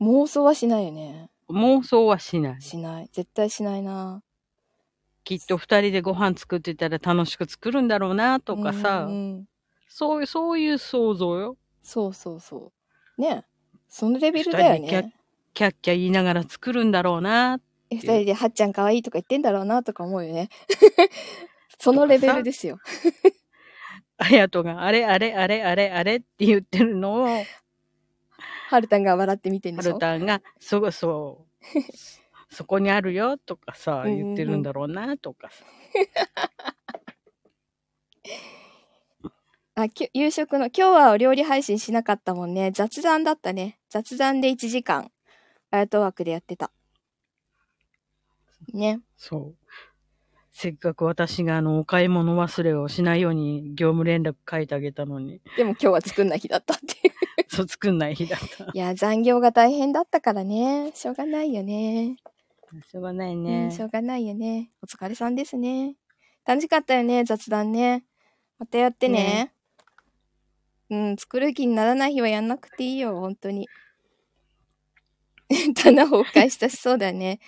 [SPEAKER 1] 妄想はしないよね
[SPEAKER 3] 妄想はしない。
[SPEAKER 1] しない絶対しないな
[SPEAKER 3] きっと二人でご飯作ってたら楽しく作るんだろうなとかさ、
[SPEAKER 1] うんうん
[SPEAKER 3] そういう、そういう想像よ。
[SPEAKER 1] そうそうそうねそのレベルだよ
[SPEAKER 3] 二人で
[SPEAKER 1] ね
[SPEAKER 3] キャッキャ言いながら作るんだろうな。
[SPEAKER 1] え二人で「はっちゃんかわいい」とか言ってんだろうなとか思うよ ねそのレベルですよ
[SPEAKER 3] あやとがあれあれあれあれあれって言って るのを、は
[SPEAKER 1] はるたんが笑って見てんでし
[SPEAKER 3] る
[SPEAKER 1] ょ
[SPEAKER 3] たんが、そ ごそう、そこにあるよとかさ、
[SPEAKER 1] うんうんうん
[SPEAKER 3] 言ってるんだろうなとかさ。
[SPEAKER 1] あきゅ夕食の今日はお料理配信しなかったもんね雑談だったね雑談で1時間あやと枠でやってたね
[SPEAKER 3] そう。せっかく私があの、お買い物忘れをしないように業務連絡書いてあげた のに、
[SPEAKER 1] でも今日は作んない日だったっていう
[SPEAKER 3] そう作んない日だった。
[SPEAKER 1] いや、残業が大変だったからね。しょうがないよね。
[SPEAKER 3] しょうがない
[SPEAKER 1] ね
[SPEAKER 3] ね
[SPEAKER 1] し。ょうがないよね。お疲れさんですね。楽しかったよね、雑談ね。またやってね。うん、作る気にならない日はやんなくていいよ、本当に。 棚崩壊したしそうだよね。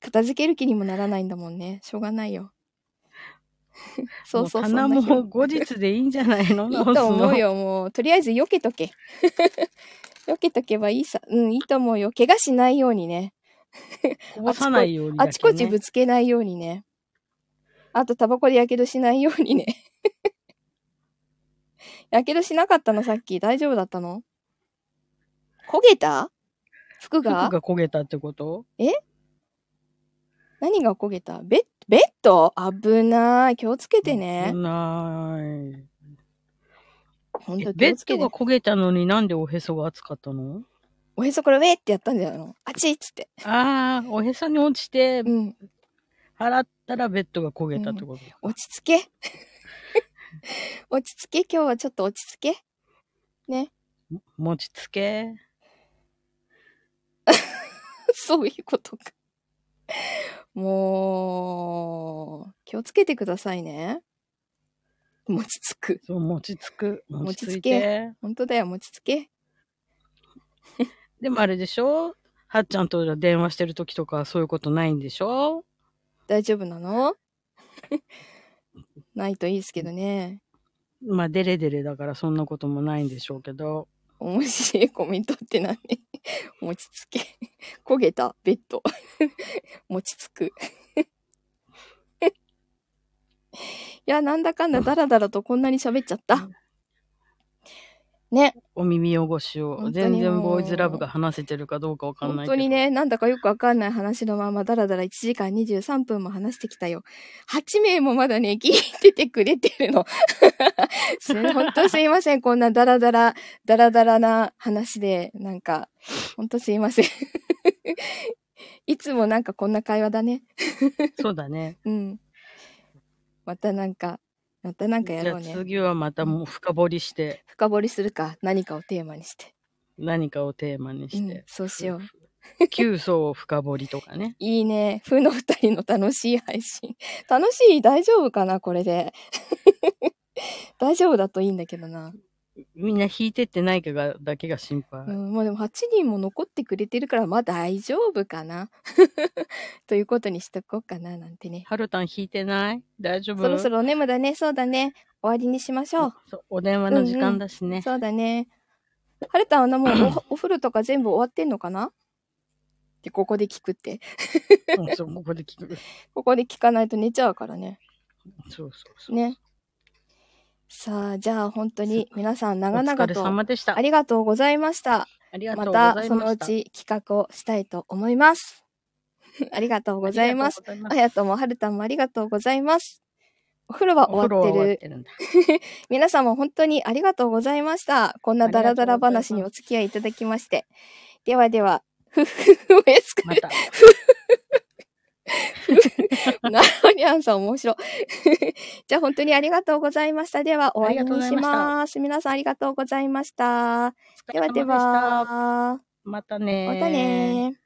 [SPEAKER 1] 片付ける気にもならないんだもんね。しょうがないよ。そうそうそ
[SPEAKER 3] も
[SPEAKER 1] う
[SPEAKER 3] 棚
[SPEAKER 1] んな日は
[SPEAKER 3] も後日でいいんじゃない の
[SPEAKER 1] いいと思う
[SPEAKER 3] 直
[SPEAKER 1] よ、もう。とりあえず避けと け。避けとけばいいさ。うん、いいと思うよ。怪我しないようにね。
[SPEAKER 3] すのこぼさないようにだけ
[SPEAKER 1] あ
[SPEAKER 3] ね
[SPEAKER 1] ちこちぶつけないようにね。あと、タバコでやけどしないようにね。 やけどしなかったの、さっき。大丈夫だったの焦げた服
[SPEAKER 3] 服
[SPEAKER 1] が
[SPEAKER 3] が焦げたってこと
[SPEAKER 1] 何が焦げたベッベッド危ない。気をつけてね
[SPEAKER 3] 危。ない。
[SPEAKER 1] 本
[SPEAKER 3] え
[SPEAKER 1] 当
[SPEAKER 3] ベ
[SPEAKER 1] 気
[SPEAKER 3] ッ
[SPEAKER 1] をつけ
[SPEAKER 3] ド
[SPEAKER 1] て
[SPEAKER 3] が。焦げたのになんでおへそが熱かっ たの
[SPEAKER 1] おへそこれウェーってやったんじゃないのあちっつって。
[SPEAKER 3] ああ、おへそに落ちて
[SPEAKER 1] う、ん。
[SPEAKER 3] 払ったらベッドが焦げたってこと。
[SPEAKER 1] 落ち着け。 落ち着け。今日はちょっと落ち着け。
[SPEAKER 3] 持ちつけ。
[SPEAKER 1] そういうことか。もう、気をつけてくださいね。持ちつく。
[SPEAKER 3] そう、持ちつく。持
[SPEAKER 1] ち
[SPEAKER 3] ちつ
[SPEAKER 1] つけ
[SPEAKER 3] いて。
[SPEAKER 1] 本当だよ、持ちつけ。
[SPEAKER 3] でもあれでしょはっちゃんと電話してる時とかそういうことないんでしょ
[SPEAKER 1] 大丈夫なのないといいですけどね。
[SPEAKER 3] まあ、デレデレだからそんなこともないんでしょうけど。
[SPEAKER 1] 面白いコメントって何 持ちつけ。焦げた、ベッド。 持ちつく。い や、なんだかんだダラダラとこんなに喋っちゃった。ね。
[SPEAKER 3] お耳汚しを
[SPEAKER 1] 本当に
[SPEAKER 3] 全然
[SPEAKER 1] もう
[SPEAKER 3] ボーイズラブが話せてるかどうかわかんな
[SPEAKER 1] 本
[SPEAKER 3] いけど。
[SPEAKER 1] 当に。ね、なんだかよくわかんない話のまま、だらだら1時間23分も話してきたよ。8名もまだね、聞いててくれてるの。 す本当すいません。こんなだらだら、だらだらな話で、なんか、本当すいません。 いつもなんかこんな会話だね。
[SPEAKER 3] そうだね。
[SPEAKER 1] うん。またなんか、またなんかや
[SPEAKER 3] じゃ
[SPEAKER 1] ろ
[SPEAKER 3] あ
[SPEAKER 1] うね。
[SPEAKER 3] 次はまたもう深掘りして、
[SPEAKER 1] 深掘りするか、何かをテーマにして。
[SPEAKER 3] 何かをテーマに
[SPEAKER 1] う
[SPEAKER 3] して
[SPEAKER 1] ん、。そうしよう。
[SPEAKER 3] 急層を深掘りとか ね。
[SPEAKER 1] いいね。ふの二人の楽しい配信。 楽しい大丈夫かなこれで。 大丈夫だといいんだけどな。
[SPEAKER 3] みんな引いてってないかがだけが心配。
[SPEAKER 1] うん、まあでも8人も残ってくれてるから、まあ大丈夫かな ということにしとこうかな、なんてね。
[SPEAKER 3] ハルタン引いてない大丈夫
[SPEAKER 1] そろそ
[SPEAKER 3] ろ
[SPEAKER 1] ろお眠だね。そうだね。終わりにしましょう。
[SPEAKER 3] お電話の時間だしね。
[SPEAKER 1] そうだね。はるたんはもうおお風呂とか全部終わってんのかなってここで聞くって。
[SPEAKER 3] うんそうここで聞く。
[SPEAKER 1] ここで聞かないと寝ちゃうからね。
[SPEAKER 3] そうそうそう。
[SPEAKER 1] ね。さあ、じゃあ本当に皆さん
[SPEAKER 3] お
[SPEAKER 1] 長
[SPEAKER 3] 疲
[SPEAKER 1] 々
[SPEAKER 3] れ
[SPEAKER 1] と
[SPEAKER 3] 様でした。
[SPEAKER 1] ありがとうございました。
[SPEAKER 3] ありがと
[SPEAKER 1] ま
[SPEAKER 3] うございま
[SPEAKER 1] た
[SPEAKER 3] した。
[SPEAKER 1] そのうち企画をしたいと思います。 ありがとうございます。あ
[SPEAKER 3] ありがとうございます。
[SPEAKER 1] やともはるたんもありがとうございます。お風呂は
[SPEAKER 3] お風
[SPEAKER 1] 終
[SPEAKER 3] 呂
[SPEAKER 1] わっ
[SPEAKER 3] は
[SPEAKER 1] て
[SPEAKER 3] 終わっ
[SPEAKER 1] る。
[SPEAKER 3] てるんだ。
[SPEAKER 1] 皆様本当にありがとうございました。こんなダラダラ話にお付き合いいただきまして。ではでは、ふふふ、おやすく
[SPEAKER 3] また。
[SPEAKER 1] なおにゃんさん面白い。 じゃあ本当にありがとうございました。では終わりにします。皆さんあり がとうございました。ではで
[SPEAKER 3] お疲れ様した。
[SPEAKER 1] は、
[SPEAKER 3] またね
[SPEAKER 1] ま
[SPEAKER 3] ー
[SPEAKER 1] たねー。